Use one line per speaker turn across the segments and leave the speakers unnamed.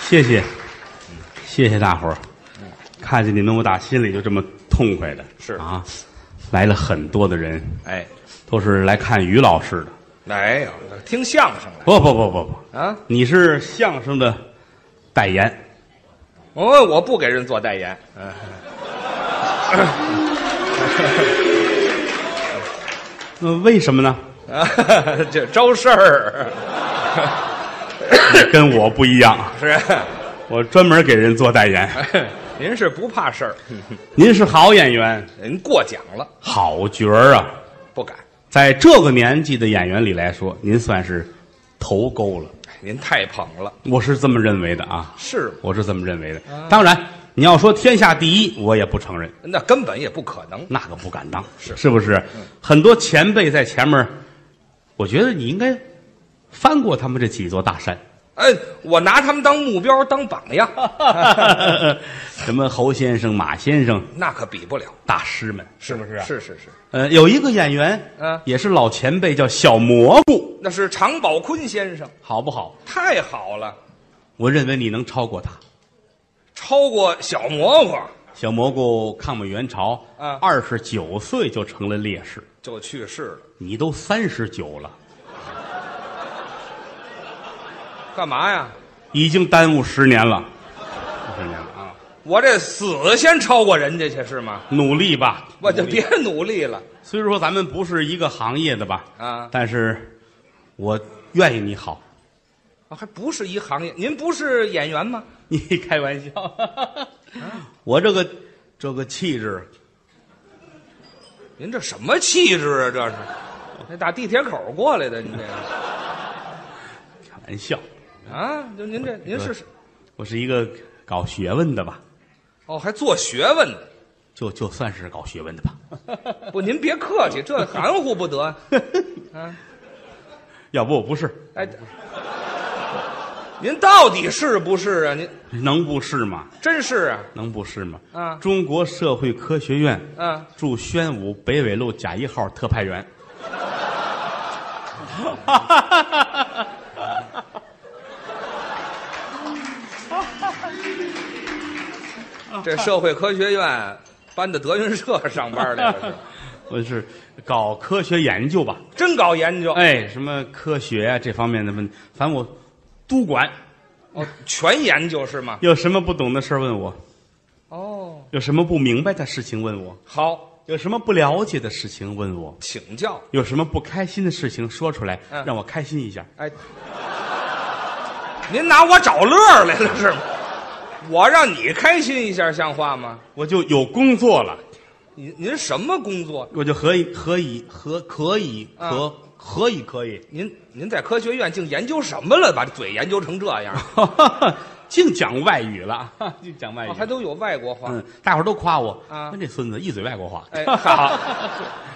谢谢，谢谢大伙儿。看见你们，我打心里就这么痛快的。
是
啊，来了很多的人，
哎，
都是来看于老师的。
没有听相声
不不不不不，
的啊？
你是相声的代言，
我哦我不给人做代言，嗯，
那、为什么呢？
啊， 这招事儿
你跟我不一样，
是。
我专门给人做代言。
您是不怕事儿，
您是好演员，
您过奖了，
好角儿啊！
不敢。
在这个年纪的演员里来说，您算是头钩了，
您太捧了，
我是这么认为的啊。
是吗
我是这么认为的。当然，你要说天下第一，我也不承认，
那根本也不可能。
那个不敢当，
是
是不是？很多前辈在前面，我觉得你应该翻过他们这几座大 山，
哎，我拿他们当目标当榜样，
什么侯先生、马先生，
那可比不了，
大师们。
是不是、啊是是是，
呃，有一个演员，
嗯
也是老前辈，叫小蘑菇，
那是常宝坤先生，
好不好？
太好了，
我认为你能超过他。
超过小蘑菇
小蘑菇抗美援朝，
嗯
二十九岁就成了烈士，
就去世了，
你都三十九了，
干嘛呀？
已经耽误十年 了，十年了啊。
我这死先超过人家去是吗？
努力吧，
我就
努力
别努力了
虽说咱们不是一个行业的吧，
啊！
但是我愿意你好。
啊还不是一行业，您不是演员吗？
你开玩笑，我这个这个气质，
您这什么气质啊？这是，那打地铁口过来的，您这个
开玩笑，
啊，就您这您是
我是一个搞学问的吧，
哦，还做学问呢？
就就算是搞学问的吧。
不，您别客气，这含糊不得。
要不我不是，
哎，您到底是不是啊？您
能不是吗？
真是啊？
能不是吗？
啊
中国社会科学院
嗯、
驻宣武北纬路甲一号特派员。
这社会科学院搬到德云社上班来了，
我是搞科学研究吧，
是真搞研究
哎，什么科学啊这方面的问，反正我都管。
哦，全研究是吗？
有什么不懂的事儿问我，
哦，
有什么不明白的事情问我，
好，
有什么不了解的事情问我，
请教。
有什么不开心的事情说出来，
嗯
让我开心一下。
哎，您拿我找乐儿来了是吗？我让你开心一下，像话吗？
我就有工作了，
您您什么工作？
我就可以可以和可以
啊
和可以可以，
您您在科学院竟研究什么了？把嘴研究成这样，
净讲外语了，净讲外语
哦。还都有外国话。
哎嗯，大伙儿都夸我，
啊
那这孙子一嘴外国话，
哎，好，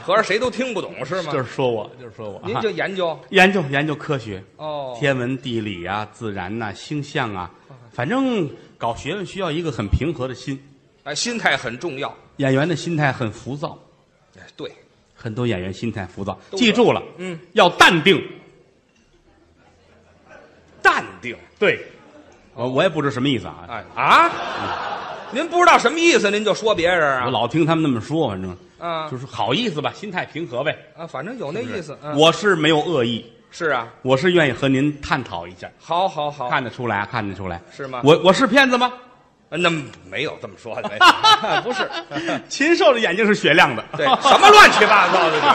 合着谁都听不懂是吗？
就是说我，就是说我。
您就研究
研究研究科学，
哦，
天文、地理啊、自然呐、星象啊，反正搞学问需要一个很平和的心。
哎，心态很重要。
演员的心态很浮躁，
哎，对，
很多演员心态浮躁。
都
记住了，
嗯，
要淡定。
淡定。
对，我我也不知什么意思啊，
哎啊，您不知道什么意思，您就说别人
我
啊？
老听他们那么说，反正
啊
就是好意思吧，心态平和呗。
啊，反正有那意思。嗯，
我是没有恶意，
是啊，
我是愿意和您探讨一下，
好好好，
看得出来啊，看得出来。
是吗？
我我是骗子吗？
呃那没有这么说的，没有不是，
禽兽的眼睛是雪亮的，
对，什么乱七八糟的这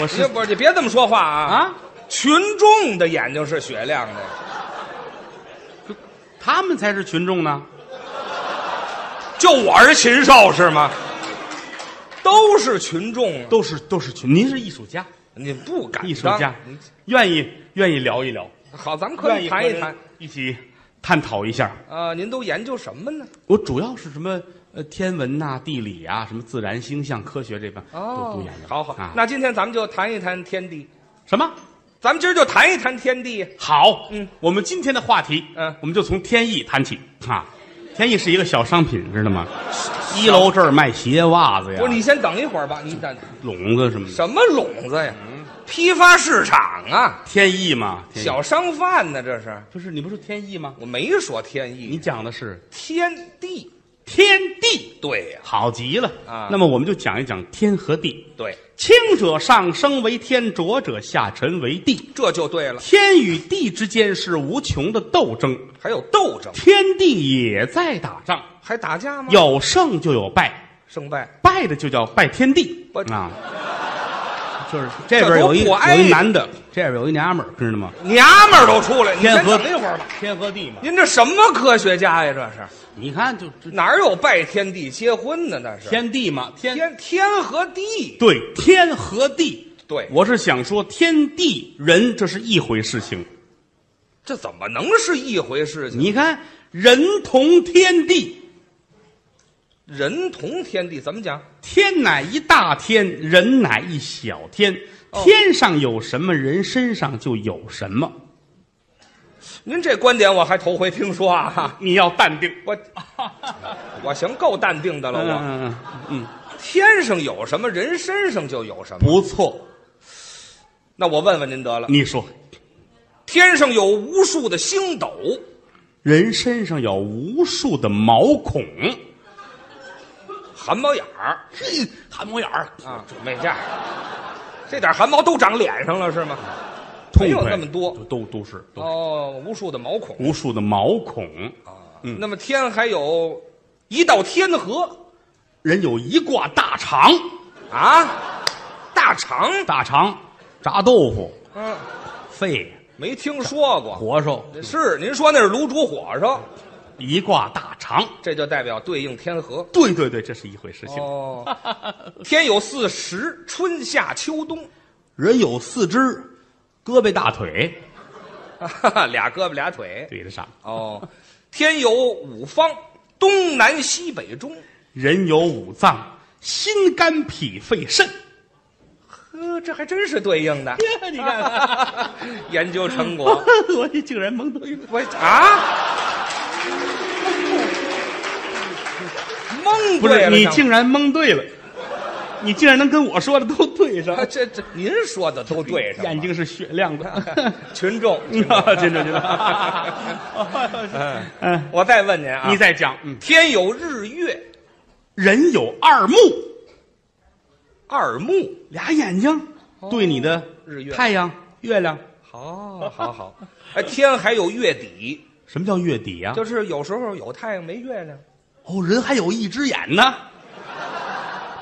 我
是？你
是
不是你别这么说话啊！
啊，
群众的眼睛是雪亮的，
他们才是群众呢。
就我是禽兽是吗？都是群众啊，
都是都是群，您是艺术家，
你不敢当
艺术家
你，
愿意愿意聊一聊，
好，咱们可
愿
以
意
谈一谈。，
一起探讨一下。
啊、您都研究什么呢？
我主要是什么呃天文呐、地理啊、什么自然星象科学这边都都研究。
哦好好，
啊，
那今天咱们就谈一谈天地，
什么
咱们今儿就谈一谈天地。
好？
嗯，
我们今天的话题，
嗯
我们就从天意谈起啊。天意是一个小商品，知道吗？一楼这儿卖鞋、袜子呀，
不是，你先等一会儿吧，你等
笼子什么的。
什么笼子呀？批发市场啊，
天意嘛，嗯天意
小商贩呢，这是
不是你不是天意吗？
我没说天
你
意，
讲的是
天地
天地，
对呀、
好极了
啊
那么我们就讲一讲天和地。
对，
清者上升为天，浊者下沉为地。
这就对了，
天与地之间是无穷的斗争，
还有斗争，
天地也在打仗，
还打架吗？
有胜就有败，
胜败，
败的就叫败天地
我
啊。就是这边
这多
有一
不
有
挨
一
着
男的，这边有一娘们儿，知道吗？
娘们儿都出来，你
天
先
和
等一会儿吧。
天和地嘛，
您这什么科学家呀？这是
你看就这
哪儿有拜天地结婚呢？那是
天地嘛，天
天天和地，
对天和地。
对，
我是想说，天地人这是一回事情。
这怎么能是一回事情？
你看，人同天地，
人同天地，怎么讲？
天乃一大天，人乃一小天。
哦
天上有什么，人身上就有什么。
您这观点我还头回听 说啊！
你要淡定。
我我行，够淡定的了。
嗯
我
嗯嗯，
天上有什么，人身上就有什么。
不错。
那我问问您得了，
你说，
天上有无数的星斗，
人身上有无数的毛孔，啊
汗毛眼儿
汗毛眼儿，
啊，准备这样，这点汗毛都长脸上了是吗？
痛
没有
快
那么多，
都都是都是
哦，无数的毛孔。
无数的毛孔。嗯
那么天还有一道天河
人有一挂大肠，
啊，大肠，
大肠炸豆腐，
嗯、
肺
没听说过。
活受，
是，您说那是炉煮火烧，
一挂大肠。
这就代表对应天河。
对对对，这是一回事情。
哦，天有四时，春夏秋冬，
人有四肢，胳膊大腿
俩胳膊俩腿。
对得上。
哦，天有五方，东南西北中。
人有五脏，心肝脾肺 肾。
呵，这还真是对应的
你看，
研究成果。
我这竟然蒙对了。
我啊，蒙
不
对
是
了
你
呢
竟然蒙对了，你竟然能跟我说的都对上
啊，，这这您说的都对上了，
眼睛是雪亮 的。啊
群众。群众
真的真
嗯
的，嗯，
我再问您啊，
你再讲，嗯，
天有日月
人有二目，
二目，
俩眼睛对你的
日月
太阳、哦月亮。
好 好好，哎，天还有月底，
什么叫月底呀、
就是有时候有太阳没月亮，
哦，人还有一只眼呢，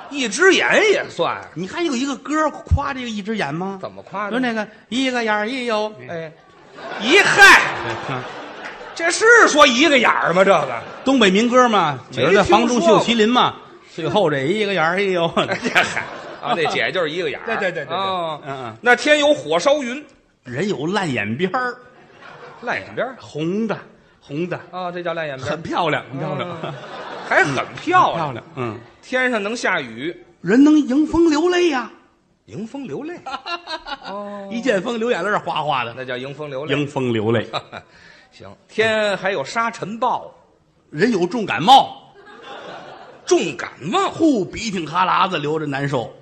一只眼也算，
你还有一个歌夸这个一只眼吗？
怎么夸
就
呢？
那个一个眼儿一有，
哎，一嗨，
哎，
这是说一个眼儿吗？这个，
东北民歌嘛，
没
姐儿在房中秀麒麟嘛，最后这一个眼儿一有，
哎呀嗨，啊，那姐就是一个眼 儿，
对对对对对
哦
嗯嗯
那天有火烧云，
人有烂眼边儿，
烂眼边儿
红的红的，
啊，这叫烂眼边儿
很，漂亮，很漂亮，
啊还很漂
漂
亮。
亮，嗯，
天上能下雨，
人能迎风流泪呀、
迎风流 泪，哦
一见风流眼泪儿哗哗的，
那叫迎风流泪。
迎风流泪。
行，天还有沙尘暴，
人有重感冒，
重感冒，
呼鼻涕哈喇子流着难受，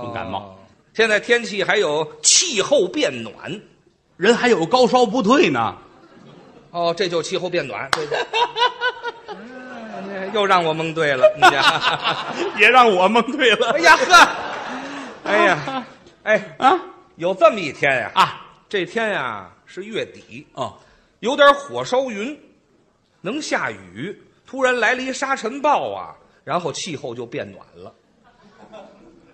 重感冒。
哦。现在天气还有气候变暖，
人还有高烧不退呢，
哦，这就气候变暖。 对对嗯这又让我蒙对了，你这，
也让我蒙对
哎
了
呀呵，哎呀，哎，
啊
有这么一天呀、
啊
这天呀、是月底，
哦，
有点火烧云，能下雨，突然来了一沙尘暴啊，然后气候就变暖了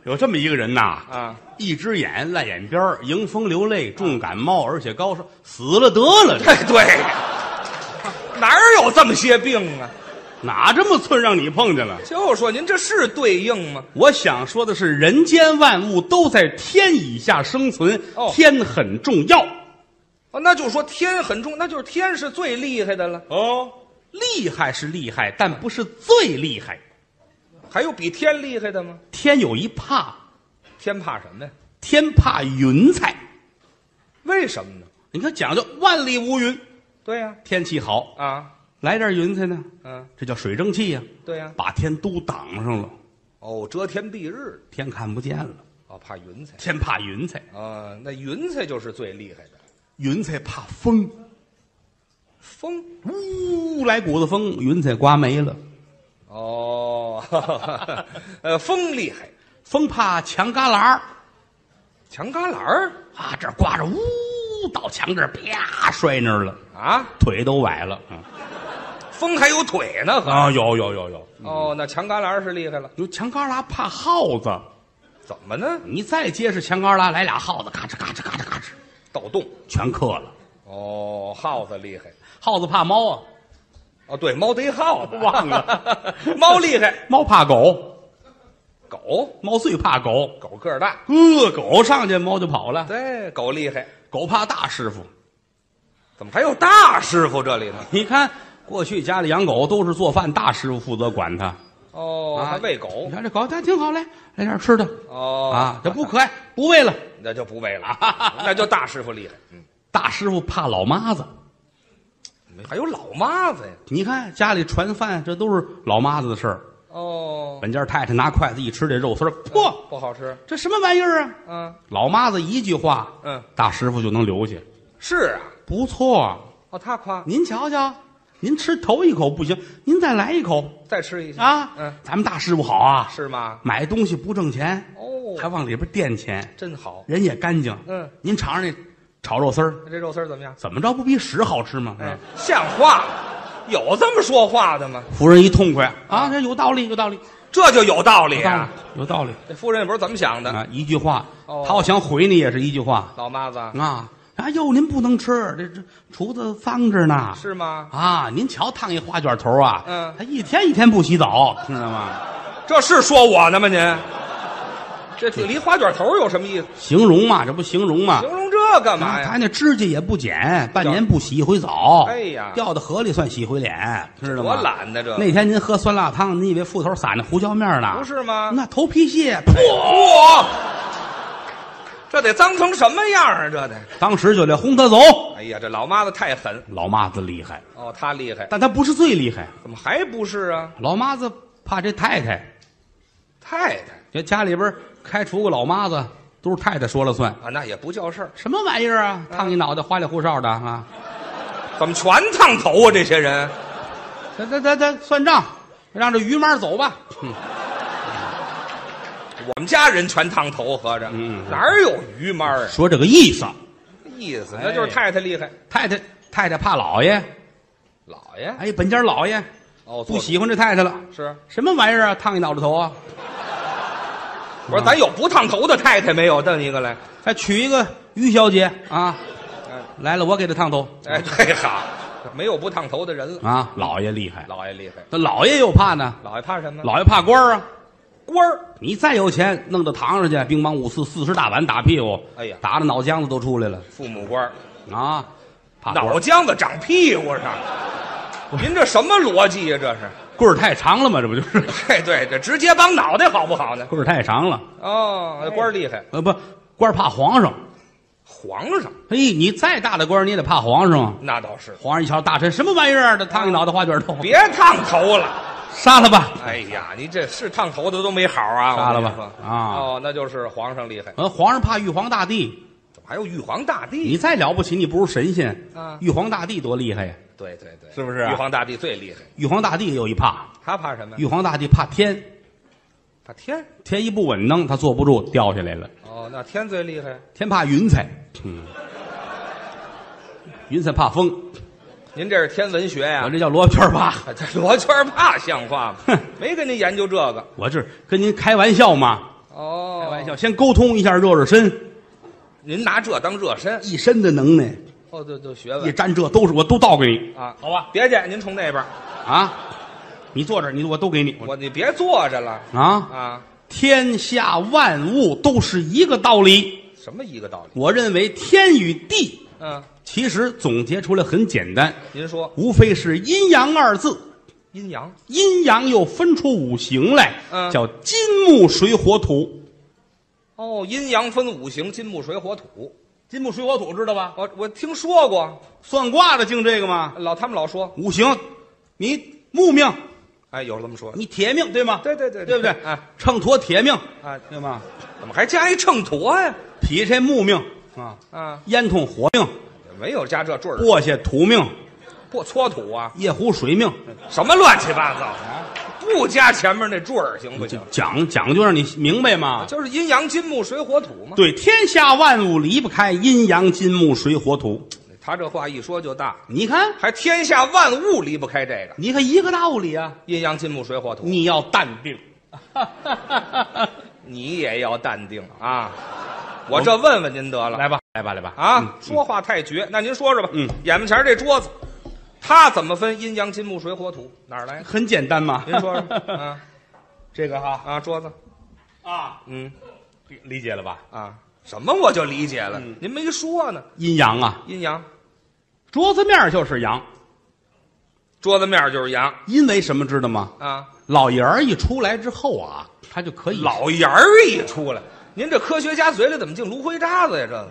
有这么一个人呐，
啊。
一只眼烂眼边儿，迎风流泪，重感冒，而且高烧，死了得了，这
哎，对，哪儿有这么些病啊？
哪这么寸让你碰见了？
就说您这是对应吗？
我想说的是，人间万物都在天以下生存，
哦
天很重要
哦，那就说天很重，那就是天是最厉害的了。
哦。厉害是厉害，但不是最厉害。
还有比天厉害的吗？
天有一怕，
天怕什么呀？
天怕云彩。
为什么呢？
你看讲究万里无云，
对呀、
天气好，
啊，
来点云彩呢，
嗯、
这叫水蒸气呀、
对呀、
把天都挡上了，
哦，遮天蔽日
天看不见了。
哦，怕云彩
天怕云彩，
啊，那云彩就是最厉害的
云彩怕风，
风
呜来股子风，云彩刮没了。
哦， 呃，风厉害，
风怕墙旮旯儿
墙旮旯儿
啊，这儿刮着呜到墙这儿啪摔那儿了，
啊，
腿都崴了。嗯
风还有腿呢，呵。
啊，有有有有，
哦，那墙旮旯儿是厉害了，
有墙旮旯怕耗子，
怎么呢？
你再结实墙旮旯来俩耗子，咔哧咔哧咔哧咔哧，
盗洞。
全克了。
哦，耗子厉害。
耗子怕猫啊，
哦，对，猫逮耗子，
忘了
猫厉害，
猫怕狗，
狗
猫最怕狗。
狗个儿大，
呃，狗上去，猫就跑了。
对，狗厉害。
狗怕大师傅，
怎么还有大师傅这里呢？
你看过去家里养狗都是做饭，大师傅负责管它。
哦，还喂狗
你。看这狗，它挺好，来来点吃的
哦
啊，这不可爱，不喂了。
那就不喂了，那就大师傅厉害。嗯，
大师傅怕老妈子，
还有老妈子呀。
你看家里传饭，这都是老妈子的事儿。
哦，
本家太太拿筷子一吃这肉丝
嗯
儿，嚯，
不好吃。
这什么玩意儿啊？
嗯，
老妈子一句话，
嗯，
大师傅就能留下，
是啊。
不错啊。
哦，他夸，
您瞧瞧，您吃头一口不行，您再来一口
再吃一下
啊。
嗯，
咱们大师傅好啊，
是吗？
买东西不挣钱，
哦，
还往里边垫钱，
真好。
人也干净。
嗯，
您尝尝那炒肉丝儿，
那这肉丝儿怎么样？
怎么着不比屎好吃吗？
哎，像话吗？有这么说话的吗？
夫人一痛快啊，这有道理，有道理，
这就有道理
有道
啊
理！，有道理
这夫人也不是怎么想的，
啊！一句话，
哦
他要想回你也是一句话
老妈子
啊。哎呦，您不能吃，这这厨子脏着呢。
是吗？
啊，您瞧烫一花卷头啊，
嗯
他一天一天不洗澡，听着吗？
这是说我呢吗？您这离花卷头有什么意思？
形容嘛，这不形容嘛？
形容这干嘛
啊他
呀？
那指甲也不剪，半年不洗一回澡。
哎呀
掉到河里算洗一回脸，知道吗？
多懒呐，这
那天您喝酸辣汤，你以为斧头撒那胡椒面呢？
不是啊吗？
那头皮屑，噗，
嚯！这得脏成什么样啊？这得，
当时就得轰他走。
哎呀，这老妈子太狠
老妈子厉害，
哦，她厉害，
但他不是最厉害。
怎么还不是啊？
老妈子怕这太太，
太太
这家里边开除个老妈子，都是太太说了算。
啊，那也不叫事儿，
什么玩意儿啊？烫一脑袋花里胡哨的啊！
怎么全烫头啊？这些人
咱咱咱咱算账，让这于妈走吧。
我们家人全烫头，合着、
嗯
哪儿有于妈儿啊？
说这个意思，
意思
哎
那就是太太厉害，
太太太太怕老爷，
老爷
哎，本家老爷
哦
不喜欢这太太了，
是。
什么玩意儿啊？烫一脑袋头啊！
我说咱有不烫头的太太没有？瞪一个来，
再娶一个于小姐啊
哎，
来了我给她烫头
哎，对好，没有不烫头的人了。
啊！老爷厉害，
老爷厉害，
那老爷又怕呢，
老爷怕什么？
老爷怕官儿啊！
官儿，
你再有钱，弄到堂上去，乒乓五四四十大板打屁股，
哎呀
打的脑浆子都出来了
父母官儿，
啊！怕官
脑
儿
浆子长屁股上。您这什么逻辑呀、这是？
棍儿太长了嘛，这不就是
对对，这直接帮脑袋好不好呢？
棍儿太长了？
哦，官儿厉害，
呃，不，官儿怕皇上。
皇上
嘿，你再大的官儿你也得怕皇上啊！
那倒是，
皇上一瞧大臣什么玩意儿，这烫一脑袋花卷头，
别烫头了。
杀了吧！
哎呀，你这是烫头的都没好啊！
杀了
我跟
吧
你说
啊
哦，那就是皇上厉害，
呃，皇上怕玉皇大帝，
怎么还有玉皇大帝？
你再了不起，你不如神仙
啊
玉皇大帝多厉害呀！
对对对，
是不是啊
玉皇大帝最厉害，
玉皇大帝有一怕，
他怕什么呀？
玉皇大帝怕天，
怕天。
天一不稳当，他坐不住掉下来了。
哦，那天最厉害。
天怕云彩，嗯，云彩怕风，
您这是天文学呀、
我这叫罗圈怕。
啊？这罗圈怕像话吗
哼？
没跟您研究这个。
我这跟您开玩笑嘛，
哦，
开玩笑，。先沟通一下，热热身，
您拿这当热身，
一身的能耐，
哦，对对，学
一
问
沾这都是我都倒给你
啊。
好吧？
别介，您从那边儿，
啊！你坐这儿，你我都给你
我你别坐着了
啊！
啊。
天下万物都是一个道理，
什么一个道理？
我认为天与地
嗯，
其实总结出来很简单，
您说
无非是阴阳二字。
阴阳
阴阳又分出五行来，
嗯
叫金木水火土。
哦，阴阳分五行，金木水火土。
金木水火土知道吧？
我我听说过，
算卦的净这个吗？
老他们老说
五行，你木命
哎，有这么说的
你铁命对吗？
对对对
对不对？
啊，
秤砣铁命
啊？
对吗？
怎么还加一秤砣呀？
劈柴木命啊，
啊，
烟筒火命，
没有加这坠儿，
簸箕土命，
不搓土啊，
夜壶水命，
什么乱七八糟不加前面那坠儿行啊不行？啊
讲讲究让你明白嘛。
就是阴阳金木水火土嘛。
对，天下万物离不开阴阳金木水火土。
他这话一说就大，
你看，
还天下万物离不开这个
你看一个道理啊。
阴阳金木水火土。
你要淡定，
你也要淡定啊！我这问问您得了
来吧，来吧，来吧
啊，
嗯
说话太绝。那您说说吧，
嗯，
眼门前这桌子，它怎么分阴阳金木水火土？哪儿来的？
很简单嘛。
您说说啊
这个哈
啊，桌子，
啊，
嗯
理解了吧？
啊，什么我就理解了，
嗯
您没说呢。
阴阳啊，
阴阳，
桌子面儿就是阳，
桌子面就是阳
因为什么知道吗？
啊，
老爷儿一出来之后啊，他就可以
老眼儿一出来，嗯您这科学家嘴里怎么净芦灰渣子呀？这个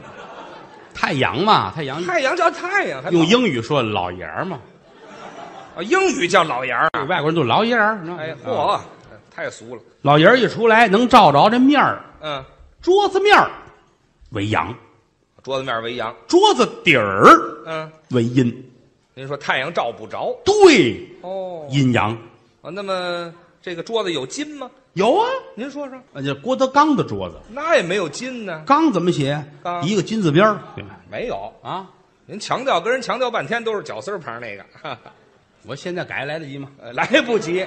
太阳嘛，太阳
太阳叫太阳，还
用
老
英语说老爷儿嘛，
啊英语叫老眼儿啊。
外国人就老爷儿。那
哎，嚯、
啊
太俗了，
老爷儿一出来能照着这面儿，
嗯，
桌子面儿为阳，
桌子面为阳，
桌子底儿
嗯，
为阴，
您说太阳照不着
对，
哦
阴阳
啊，那么这个桌子有金吗？
有啊。
您说说，
那就郭德纲的桌子，
那也没有金呢，
纲怎么写？
纲
一个金字边儿，对吧？
没有。
啊，
您强调跟人强调半天都是绞丝儿旁那个，哈哈
我现在改来得及吗？
呃 来不及，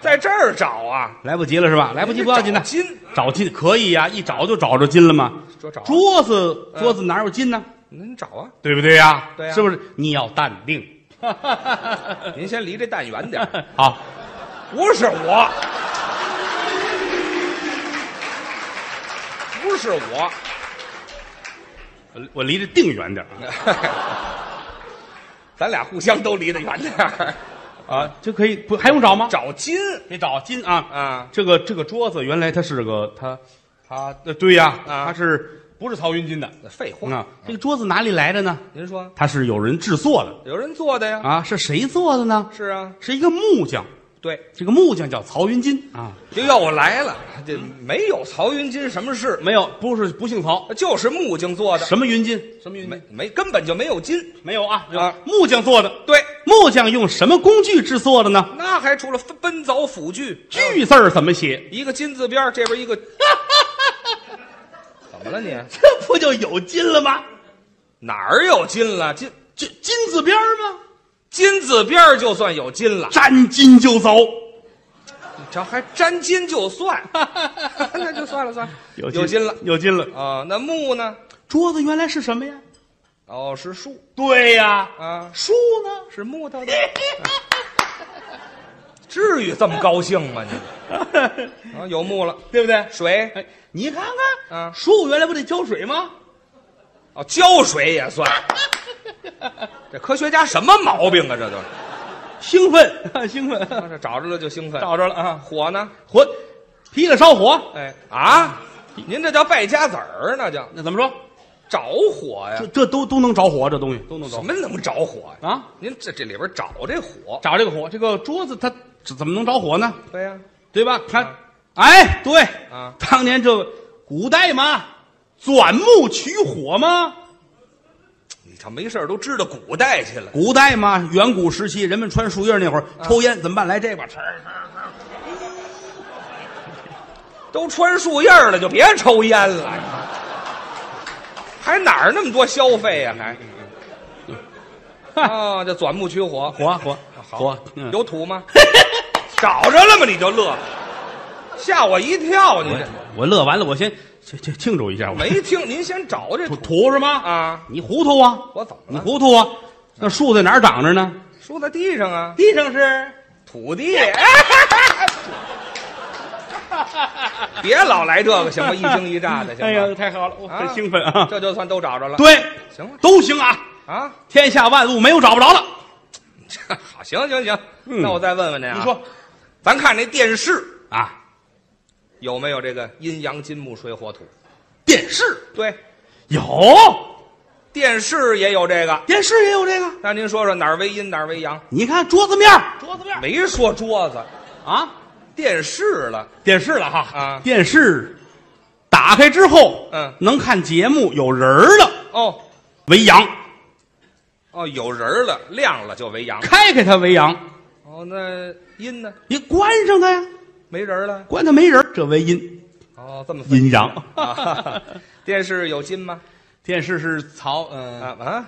在这儿找啊，
来不及了是吧？来不及不要紧的，
找金
找金可以呀、一找就找着金了吗？
说找啊，
桌子
嗯
桌子哪有金呢？
您找啊，
对不对呀？
对呀
是不是？你要淡定。
您先离这蛋远点儿。
好，
不是我，不是我，
我我离这定远点儿
咱俩互相都离得远点儿。
啊，就可以不还用找吗？
找金
得找金啊
啊，
这个这个桌子原来它是个它它呃对呀、
啊
它是不是曹云金的？
废话，
啊，这个桌子哪里来的呢？
您说
它是有人制作的
有人做的呀？
啊，是谁做的呢？
是啊，
是一个木匠，
对，
这个木匠叫曹云金啊，
就要我来了，这没有曹云金什么事，
没有不是不姓曹，
就是木匠做的，
什么云金？什么云
没
金？
没根本就没有金。
没有啊
啊
木匠做的。
对，
木匠用什么工具制作的呢？
那还除了奔奔凿斧锯，
锯字儿怎么写？
一个金字边儿这边一个， 怎么了你？
这 不就有金了吗？
哪儿有金了？金
这金字边儿吗？
金字边儿就算有金了，
沾金就走。
这还沾金就算，那就算了算了，有金了
有金了。
啊、那木呢？
桌子原来是什么呀？
哦，是树
对呀、
啊，
树呢？
是木头的。至于这么高兴吗你？啊，有木了，
对不对？
水
哎，你看看，
啊
树原来不得浇水吗？
哦，浇水也算。这科学家什么毛病啊？这都，
兴奋， 兴奋，
啊这找着了就兴奋。
找着了啊！
火呢？
火，劈了烧火，
哎啊，您这叫败家子儿，那叫
那怎么说？
着火呀
这？这都都能着火，这东西啊都能着
什么能着火呀？
啊！
您这这里边找这火，
找这个火，这个桌子它怎怎么能着火呢？
对呀、
对吧？它，哎，对
啊，
当年这古代嘛，钻木取火嘛，
你他没事儿都知道古代去了，
古代嘛，远古时期人们穿树叶那会儿
啊
抽烟怎么办？来这把，呲儿
都穿树叶儿了，就别抽烟了，还哪儿那么多消费呀、 还啊，这钻木取火，
火火
好
火，嗯
有土吗？ 找着了吗？你就乐了，吓我一跳！你这
我乐完了，我先这这庆祝一下，我
没听？您先找这
土
土
土是吗？，
啊！
你糊涂啊！
我怎么
你
了？
糊涂啊！那树在哪儿长着呢？
输在地上啊，
地 上是。
土地。 别老来这个行吗？一惊一乍的行
哎呀，
吗？
太好了，我很
啊
兴奋啊！
这就算都找着了。
对，
行了
都行啊！
啊，
天下万物没有找不着的。
这好，行行行，
嗯
那我再问问您啊，
你说
咱看这电视
啊，
有没有这个阴阳金木水火土？
电视
对，
有，
电视也有这个。
电视也有这个。
那您说说哪儿为阴，哪儿为阳？
你看桌子面儿，桌子面儿
没说桌子，
啊，
电视了，
电视了哈
啊
电视打开之后，
嗯
能看节目，有人儿了，
哦
为阳，
哦，有人儿了，亮了就为阳。
开开它为阳，
哦，那阴呢？
你关上它呀，
没人儿了。
关它没人儿，这为阴，
哦，这么分
阴阳。
啊哈哈电视有金吗？
电视是曹，嗯、
啊啊，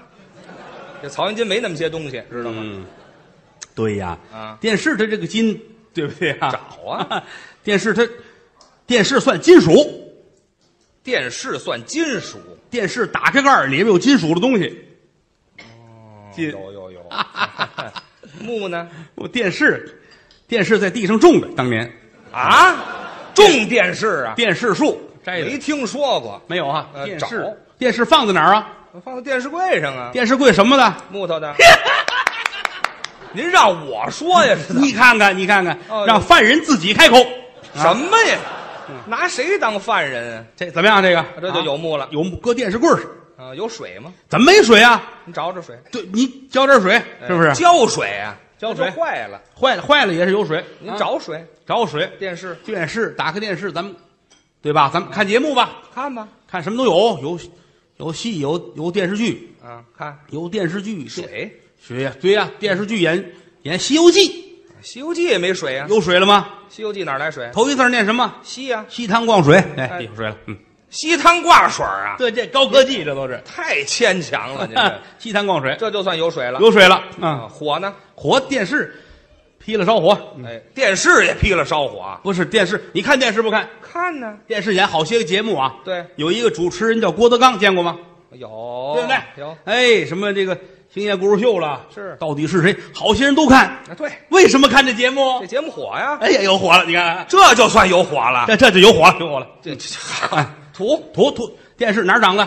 这曹云金没那么些东西，知道吗？
嗯，对呀，
啊
电视它这个金，对不对啊？
找 啊
电视它，电视算金属，
电视算金属，
电视打开盖儿里边有金属的东西，金
哦有有 有。木呢？
我电视，电视在地上种的，当年
啊，种电视啊，
电视树摘
没
的
听说过，
没有啊？
呃
电
找
视电视放在哪儿啊？
放在电视柜上啊，
电视柜什么的？
木 头的。您让我说呀，是怎么
你看看，你看看
哦，
让犯人自己开口，
什么呀？拿谁当犯人嗯啊？
这怎么样？这个
这就有
啊
木了
有木搁电视棍儿上，
啊？有水吗？
怎么没水啊？
你找找水，
对你浇点水
哎
是不是？
浇水啊，
浇水
那就坏了，
坏了坏了也是有水，
你
啊
找水。
找水。
电视
电视打开电视，咱们对吧？咱们看节目吧，
看吧，
看什么都有，有有戏，有有电视剧，
啊，看
有电视剧
水，
水呀，对呀、电视剧演演《西游记
《西游记》也没水啊，》，
有水了吗？
《西游记》哪儿来水？
头一字念什么？
西呀，
西塘逛水，哎，
哎
有水了。嗯，
西汤挂水啊，
对，这高科技这 都是。
太牵强 了，您 这
啊西塘逛水，
这就算有水了。
有水了。
啊，
啊，
火呢？
火电视，劈了烧火，
哎，电视也劈了烧火啊，
不是电视，你看电视不看？
看呢，
电视演好些个节目啊。
对，
有一个主持人叫郭德纲，见过吗？
有，
对不对？
有，
哎，什么这个星夜故事秀了，
是
到底是谁？好些人都看，
啊，对，
为什么看这节目
这？节目火呀，
哎呀，有火了！你看，
这就算有火了。
这这就有火了，有火了。
这这
哎，
土
图图电视哪儿长的？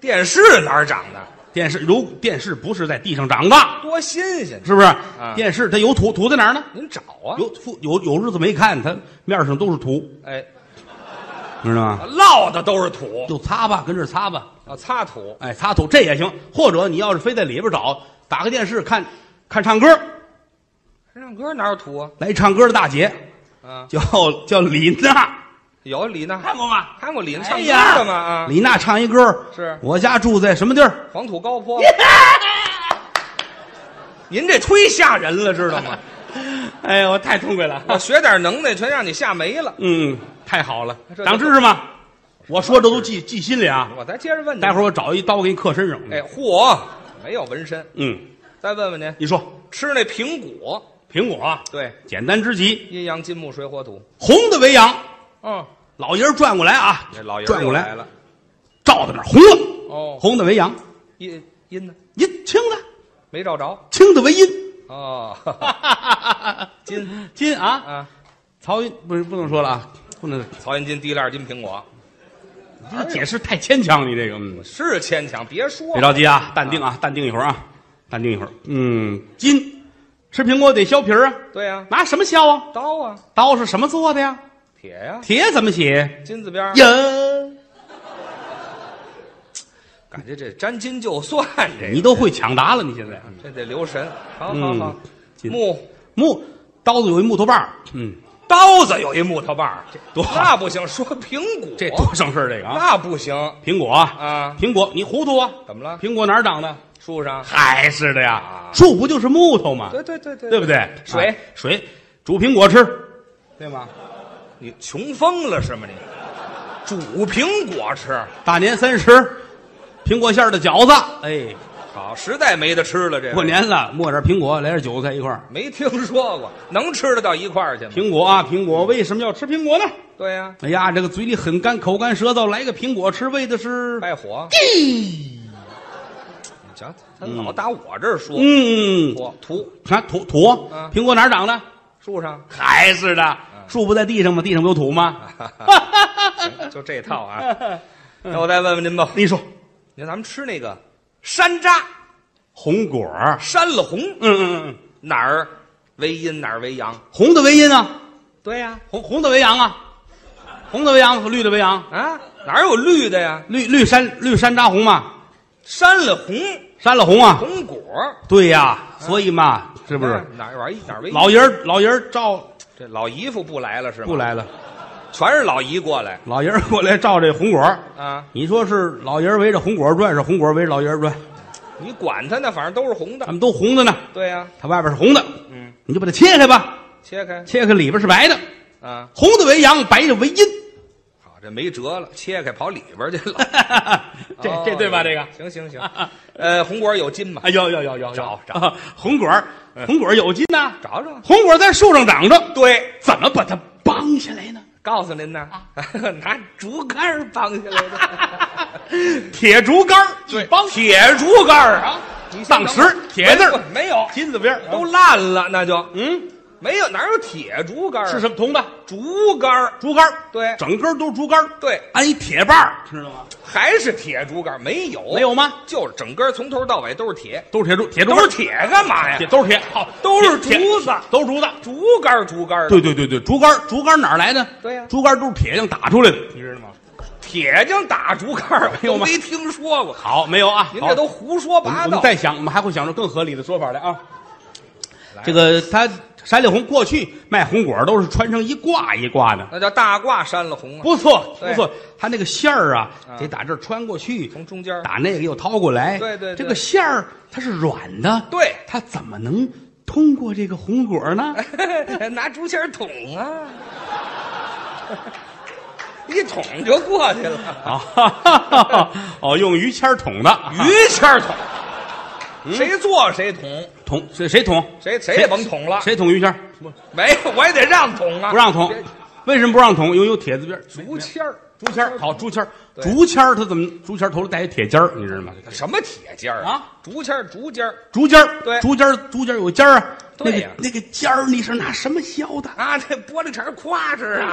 电视哪儿长的？
电视有电视不是在地上长的，
多新鲜！
是不是？
啊
电视它有土，土在哪儿呢？
您找啊，
有土有有日子没看，它面上都是土，
哎，
知道吗？
落的都是土
就擦吧，跟这儿擦吧，
啊，擦土
哎，擦土这也行。或者你要是非在里边找，打开电视看看唱歌，
唱歌哪有土啊？
来唱歌的大姐
啊，
叫叫李娜，
有李娜，
看过吗？
看过李娜唱
哎
歌
呀
的吗？啊，
李娜唱一歌，
是
我家住在什么地儿？
黄土高 坡。您这忒吓人了，知道吗？
哎呦，我太痛快了！
我学点能耐，全让你吓没了。
嗯，太好了，
这
长知识吗？我说这都记记心里啊。
我再接着问你，
待会
儿
儿我找一刀给你刻身上。
哎，嚯，没有纹身。
嗯，
再问问您，
你说
吃那苹果，
苹果啊，
对，
简单之极，
阴阳金木水火土。
红的为阳，
嗯，
老爷儿转过来啊，
这老爷
转
又
过
来了。
照在那儿红了，
哦，
红的为阳，
阴阴呢？
阴青的
没照着。
青的为阴，
哦， 金
金啊，
啊，
曹云不是不能说了啊，不能，
曹云金第一链金苹果
这解释太牵强，你这个。嗯
是牵强，别说
别着急啊，淡定啊，淡定一会儿啊，淡定一会儿。嗯，筋，吃苹果得削皮儿啊，
对呀、
拿什么削啊？
刀啊，
刀是什么做的呀？
铁呀、
铁怎么写？
金字边儿，
呀，
感觉这沾金就算这
你都会抢答了，你现在。
这得留神。好好
嗯
好，，
金
木
木刀子有一木头把儿，嗯，
刀子有一木头把儿，这
多好，
那不行，说苹果
这多省事儿这个啊。
那不行
苹果啊，
啊，
苹果，你糊涂啊？
怎么了？
苹果哪儿长的？
树上？
还是的呀
啊，
树不就是木头吗？
对对对对
对不对？
水
啊水煮苹果吃，
对吗？你穷疯了是吗？你煮苹果吃，
大年三十，苹果馅儿的饺子，哎。
好，实在没得吃了。这
过年了，磨点苹果，来点韭菜一块儿。
没听说过，能吃得到一块儿去吗？
苹果啊，苹果，为什么要吃苹果呢？
对呀、
哎呀，这个嘴里很干，口干舌燥，来个苹果吃，为的 是……
败 火。你瞧，他老打我这儿说，
嗯，
我土
看土土
嗯，
苹果哪儿长的？
树上，
还是的，树不在地上吗？地上不有土
嗯
吗？
行就这套 啊。那我再问问您吧，
你说
你看咱们吃那个山楂，
红果儿，
山了红，
嗯嗯嗯，
哪儿为阴哪儿为阳？
红的为阴啊，
对呀、
红红的为阳啊，红的为阳，绿的为阳，
啊，哪有绿的呀？
绿绿山绿山楂红嘛，
山了红，
山了红啊，
红果啊
对呀，所以嘛，是不是？
哪儿玩意哪儿为
老爷儿老爷儿照
这老姨夫不来了是吗？
不，来了，
全是老姨过来
老爷儿过来照这红果儿
啊！
你说是老爷儿围着红果儿转，是红果儿围着老爷儿转，
你管他呢，反正都是红
他
的。
们都红的呢，
对呀、
它外边是红的，
嗯，
你就把它切开吧，
切开
切开里边是白的，
啊，
红的为阳，白的为阴，
好，这没辙了，切开跑里边去了。
这
哦
这对吧？这个，
行行行，呃，红果有筋吗？
啊，有有有有
找找
找， 红果儿红果儿有筋呐，
找找。
红果儿在树上长着，
对，
怎么把它绑下来呢？
告诉您呢， 拿竹竿绑下来 的。
铁竹竿儿一绑，
铁竹竿儿啊，你先
当
等
时
会儿
铁字儿
不是没有，
金子边儿
都烂了，那就
嗯，
没有，哪有铁竹竿儿啊？
是什么铜的？
竹竿儿
竹竿儿
对
整根儿都是竹竿儿
对，
安一铁把儿，知道吗？
还是铁竹竿儿没有，
没有吗？
就是整根儿从头到尾都是铁，
都是铁竹，铁竹
都
竿儿
是铁干嘛呀
铁，？都是铁，好，
都是
铁
竹子，
都是竹子。
竹竿儿竹竿儿的，
对对对对，竹竿儿竹竿儿哪儿来的？
对呀
竹竿儿都是铁匠打出来的，你知道吗？
铁匠打竹竿儿，
没有
我
吗
没听说过。
好，没有啊，
您
好
这都胡说
我们
八
我们
道。
再想，我们还会想出更合理的说法来啊
来。
这个他山里红过去卖红果儿都是穿成一挂一挂的，
那叫大褂扇了红啊，
不错
对
不错。他那个线儿啊
啊，
得打这儿穿过去，
从中间儿
打那个又掏过来。
对对对
这个线儿它是软的，
对
它怎么能通过这个红果儿 呢？
拿竹签儿捅啊， 一捅就过去了。
啊， 哈哈哈哦，用于谦儿捅的，
于谦儿捅，谁做谁捅，
捅谁谁捅？
嗯谁谁也甭捅了。
谁捅于谦儿？
没有，我也得让捅啊，
不让捅
别。
为什么不让捅？因为有铁字边儿。
竹签儿，
竹签儿好，竹签儿，
对
竹签儿，它怎么？竹签儿头里带一铁尖儿，你知道吗？
什么铁尖儿
啊？
竹签儿，竹尖儿
竹尖儿，
对
竹尖儿，竹尖儿有尖儿啊。那
对
个
呀
那个尖儿，你是拿什么削的？
啊，这玻璃碴儿夸着 啊。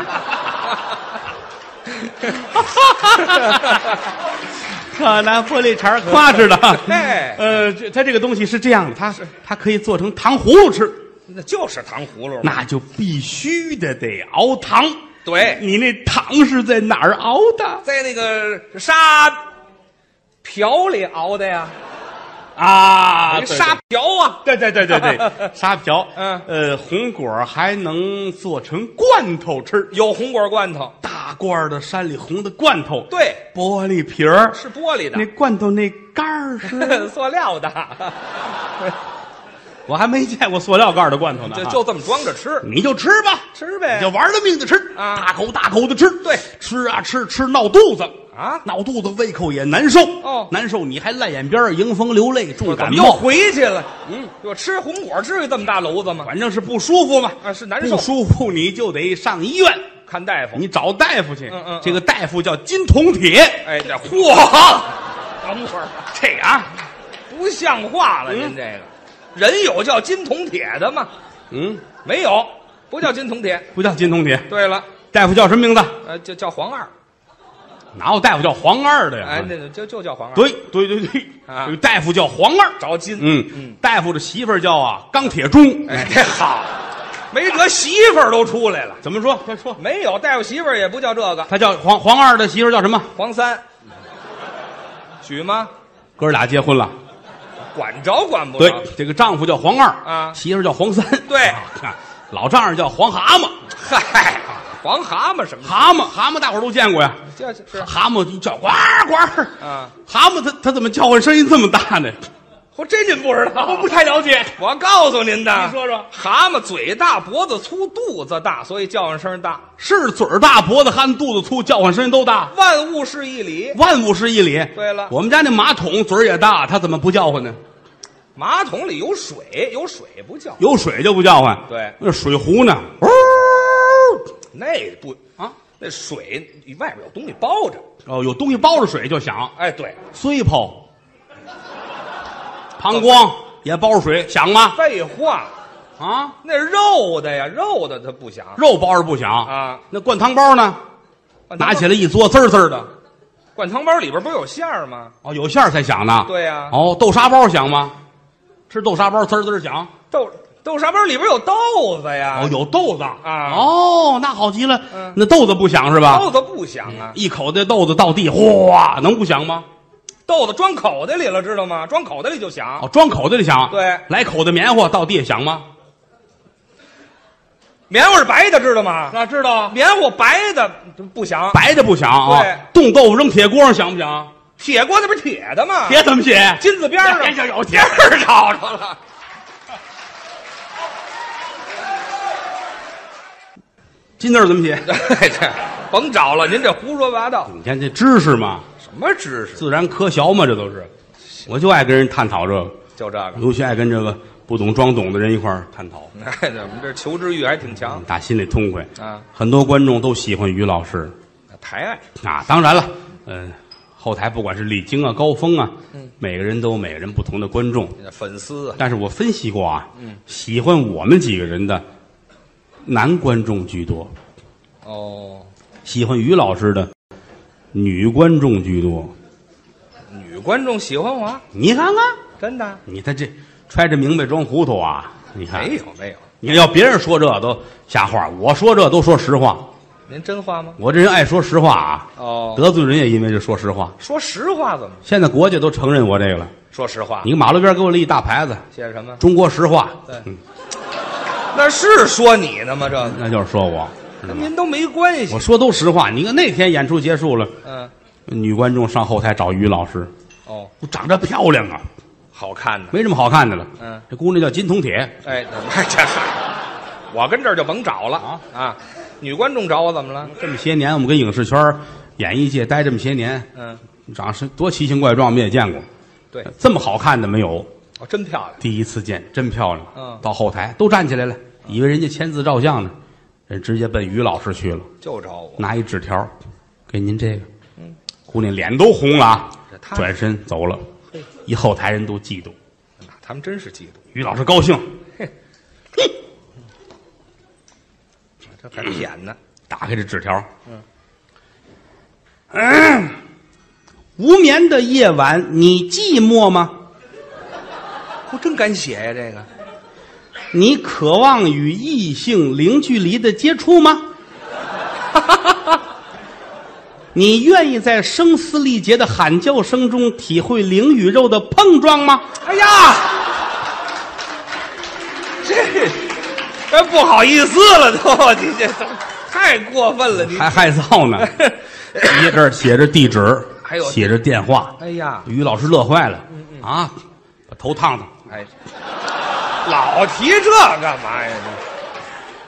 啊，拿玻璃 碴儿夸制的。
嘿
呃，这它这个东西是这样的，它它可以做成糖葫芦吃，
那就是糖葫芦嘛，
那就必须的得熬糖。
对
你那糖是在哪儿熬的
在那个沙瓢里熬的呀，
啊对
沙瓢啊，
对对对对 对，沙瓢。
嗯
呃，红果儿还能做成罐头吃，
有红果罐头，
大罐儿的山里红的罐头，
对，
玻璃瓶儿，
是玻璃
那
的，
罐头那盖儿是，
塑料的，
啊我还没见过塑料盖儿的罐头呢
就
啊。
就这么装着吃，
你就吃吧，
吃呗
你就玩了命的吃，
啊
大口大口的吃，
对，
吃啊吃吃闹肚子
啊
闹肚子胃口也难受，
哦
难受你还烂眼边儿，迎风流泪，重
怎
感
么又
冒，
回去了？嗯，我吃红果至于这么大篓子吗？
反正是不舒服嘛，
啊是难受
不舒服你就得上医院，
看大夫，
你找大夫去，
嗯嗯嗯
这个大夫叫金铜铁，
哎，这嚯，
嚯，
等会儿
这啊，
不像话了，您这个人有叫金铜铁的吗？
嗯，
没有，不叫金铜铁。
不叫金铜铁，
对了，
大夫叫什么名字？
呃，就叫黄二，
哪有大夫叫黄二的呀？
哎，那就就叫黄二，
嗯对对对对，
啊
有大夫叫黄二，
找金，
嗯
嗯，
大夫的媳妇儿叫啊钢铁钟，
哎，这好，没辙，媳妇儿都出来了。
怎么说？快说，
没有大夫媳妇儿也不叫这个，
他叫黄黄二的媳妇儿叫什么？
黄三，许吗？
哥俩结婚了，
管着管不
对
着？，
这个丈夫叫黄二
啊
媳妇儿叫黄三，
对
啊，老丈人叫黄蛤蟆，
嗨，黄蛤蟆什么？
蛤蟆蛤蟆大伙儿都见过呀，
这是
蛤蟆就叫呱呱，
啊，
蛤蟆它它怎么叫唤声音这么大呢？
我这您不知道？
太了解，
我告诉您的，
您说说
蛤蟆嘴大，脖子粗，肚子大，所以叫唤声大。
是嘴儿大，脖子憨，肚子粗，叫唤声音都大。
万物是一理，
万物是一理。
对了
我们家那马桶嘴儿也大，它怎么不叫唤呢？
马桶里有水，有水不叫，
有水就不叫唤。
对
那水壶呢？
那不
啊，
那水外边有东西包着。
哦，有东西包着水就响，
哎，对，
碎泡、膀胱也包着水，响吗？
废话，
啊，
那肉的呀，肉的它不响
肉包着不响
啊。
那灌汤包呢？拿起来一嘬，滋儿滋儿的。
灌汤包里边不是有馅儿吗？
哦，有馅儿才响呢。
对呀
哦，豆沙包响吗？吃豆沙包滋儿滋儿响。
豆豆沙包里边有豆子呀，
哦，有豆子
啊
哦，那好极了
嗯。
那豆子不响是吧？
豆子不响啊，
一口这豆子到地，哗，能不响吗？
豆子装口袋里了，知道吗？装口袋里就
哦
响。
哦，装口袋里响。
对
来口袋棉花到地下响吗？
棉花是白的，知道吗？
那知道
棉花白的不响，
白的不响啊，冻豆腐扔铁锅上响不响？
铁锅那不是铁的吗？
铁怎么写？
金字边儿啊
哎
上
呀，有铁儿找着了。金字儿怎么写？
哎，这甭找了，您这胡说八道，
你看这知识嘛，
什么知识？
自然科学嘛，这都是。我就爱跟人探讨这个，
就这个，
尤其爱跟这个不懂装懂的人一块儿探讨，
哎，这我们这求知欲还挺强
打心里痛快。
啊，
很多观众都喜欢于老师
抬爱，
啊，当然了，嗯、后台不管是李菁啊、高峰啊，每个人都有每个人不同的观众，
这粉丝啊，
但是我分析过啊，喜欢我们几个人的男观众居多，
哦，
喜欢于老师的女观众居多。
女观众喜欢我，
你看看，
真的
你看这揣着明白装糊涂啊！你看，
没有没有，
你要别人说这都瞎话，我说这都说实话。
您真话吗？
我这人爱说实话啊，
哦，
得罪人也因为这说实话。
说实话怎么？
现在国家都承认我这个了，
说实话，
你马路边给我立一大牌子
写什么？
“中国实话
对”，
嗯，
那是说你呢吗？这个
那就是说我，知道
跟
吗
您都没关系
我。说都实话。你看那天演出结束了，
嗯，
女观众上后台找于老师，
哦，
我长得漂亮啊，
好看呢。
没什么好看的了。
嗯，
这姑娘叫金铜铁，
哎，哎 这嗨，我跟这儿就甭找了
啊
啊！女观众找我怎么了？
这么些年我们跟影视圈儿、演艺界待这么些年，
嗯，
长得是多奇形怪状，我们也见过。
对，
这么好看的没有，
哦，真漂亮。
第一次见，真漂亮。
嗯
到后台都站起来了，以为人家签字照相呢，人直接奔于老师去了，
就找我，
拿一纸条，给您这个。姑娘脸都红了啊
嗯这，他
转身走了。一后台人都嫉妒，
啊他们真是嫉妒，
于老师高 兴，
这还舔呢。
打开这纸条。嗯，无眠的夜晚，你寂寞吗？
我真敢写呀，这个
你渴望与异性零距离的接触吗？ 你愿意在声嘶力竭的喊叫声中体会灵与肉的碰撞吗？
哎呀，这这不好意思了都，你这太过分了，你
还害臊 呢！一这儿写着地址，
还有
写着电话。
哎呀，
于老师乐坏了啊！把头烫烫，
哎，老提这干嘛呀？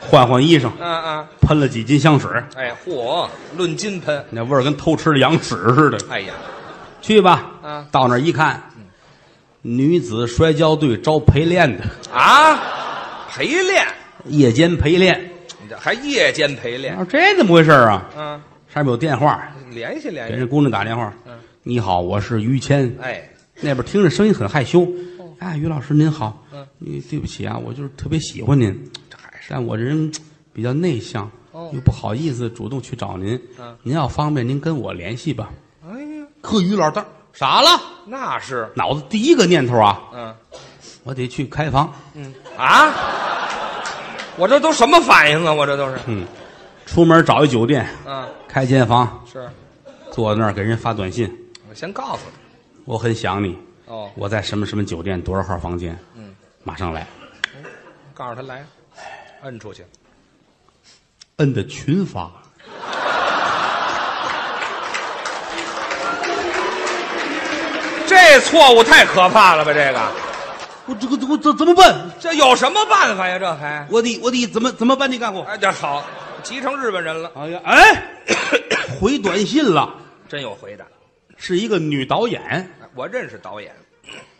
换换衣裳，
嗯嗯，
喷了几斤香水，
哎，嚯，论斤喷，
那味儿跟偷吃的羊屎似的。
哎呀，
去吧，
嗯
到那儿一看，女子摔跤队招陪练的。
啊，陪练，
夜间陪练。
你这还夜间陪练？
我说这怎么回事儿啊？
嗯，
上面有电话，
联系联
给
系。
人姑娘打电话。
嗯
你好，我是于谦。
哎，
那边听着声音很害羞。哎，于老师您好。
哦嗯，
你对不起啊，我就是特别喜欢您，
这还是
但我这人比较内向，
哦
又不好意思主动去找您。
嗯，
您要方便，您跟我联系吧。
哎呀，
可于老大傻了，
那是
脑子第一个念头啊，
嗯
我得去开房。
嗯啊，我这都什么反应啊？我这都是
嗯，出门找一酒店，
嗯
开间房，
是，
坐在那儿给人发短信，
我先告诉你
我很想你。
哦，
我在什么什么酒店多少号房间？嗯，马上来。
告诉他来，摁出去。
摁的群发，
这错误太可怕了吧？这个
我这个我怎怎么办？
这有什么办法呀？这还
我得我得怎么怎么办？你干我？
哎，这好，急成日本人了，
哎呀哎， 回短信了，
真有回答。
是一个女导演，
哎我认识导演，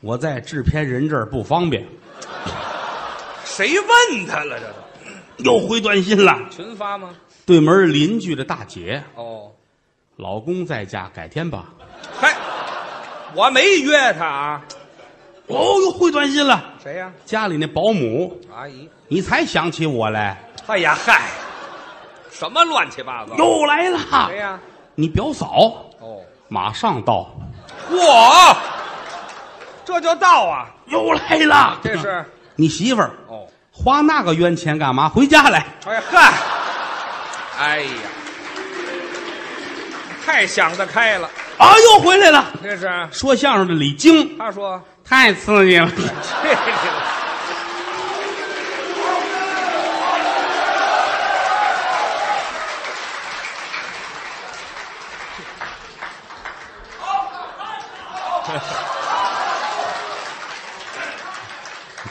我在制片人这儿不方便。
谁问他了？这都
又回短信了，
群发吗？
对门邻居的大姐，
哦，
老公在家，改天吧。
嗨，我没约他啊。
哦，又回短信了，
谁呀、
家里那保姆，
阿姨。
你才想起我来，
哎呀嗨，什么乱七八糟？
又来了
谁。呀？
你表嫂
哦，
马上到，
嚯，这就到啊！
又来了。
这是
你媳妇儿
哦，
花那个冤钱干嘛？回家来，
哎嗨，哎呀，太想得开了。
啊，又回来了。
这是
说相声的李菁
他说，
太刺 激了，
这个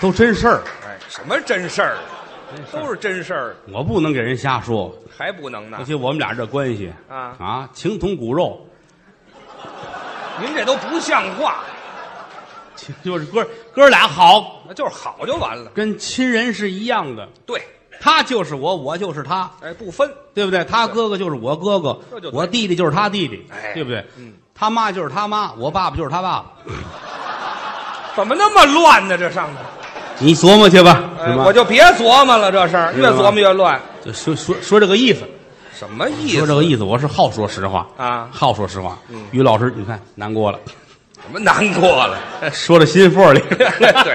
都真事儿，
哎，什么真事儿啊？都是真事儿，
我不能给人瞎说。
还不能呢
尤？其我们俩这关系
啊
情同骨肉，
您这都不像话，
亲就是哥哥俩好，
那就是好就完了。
跟亲人是一样的。
对，
他就是我，我就是他，
哎，不分，
对不对？他哥哥就是我哥哥
这就，对
我弟弟就是他弟弟，
哎
对不对？
嗯
他妈就是他妈，我爸爸就是他爸爸。
怎么那么乱呢？这上头，
你琢磨去吧，
哎，
是吧
我就别琢磨了，这事儿
是
越
吗
琢磨越乱。
就说说说这个意思，
什么意
说这
思
个意思，我是好说实话
啊
好说实话。于老师，你看难过 了，
什么难过了？
说到心缝里。
对，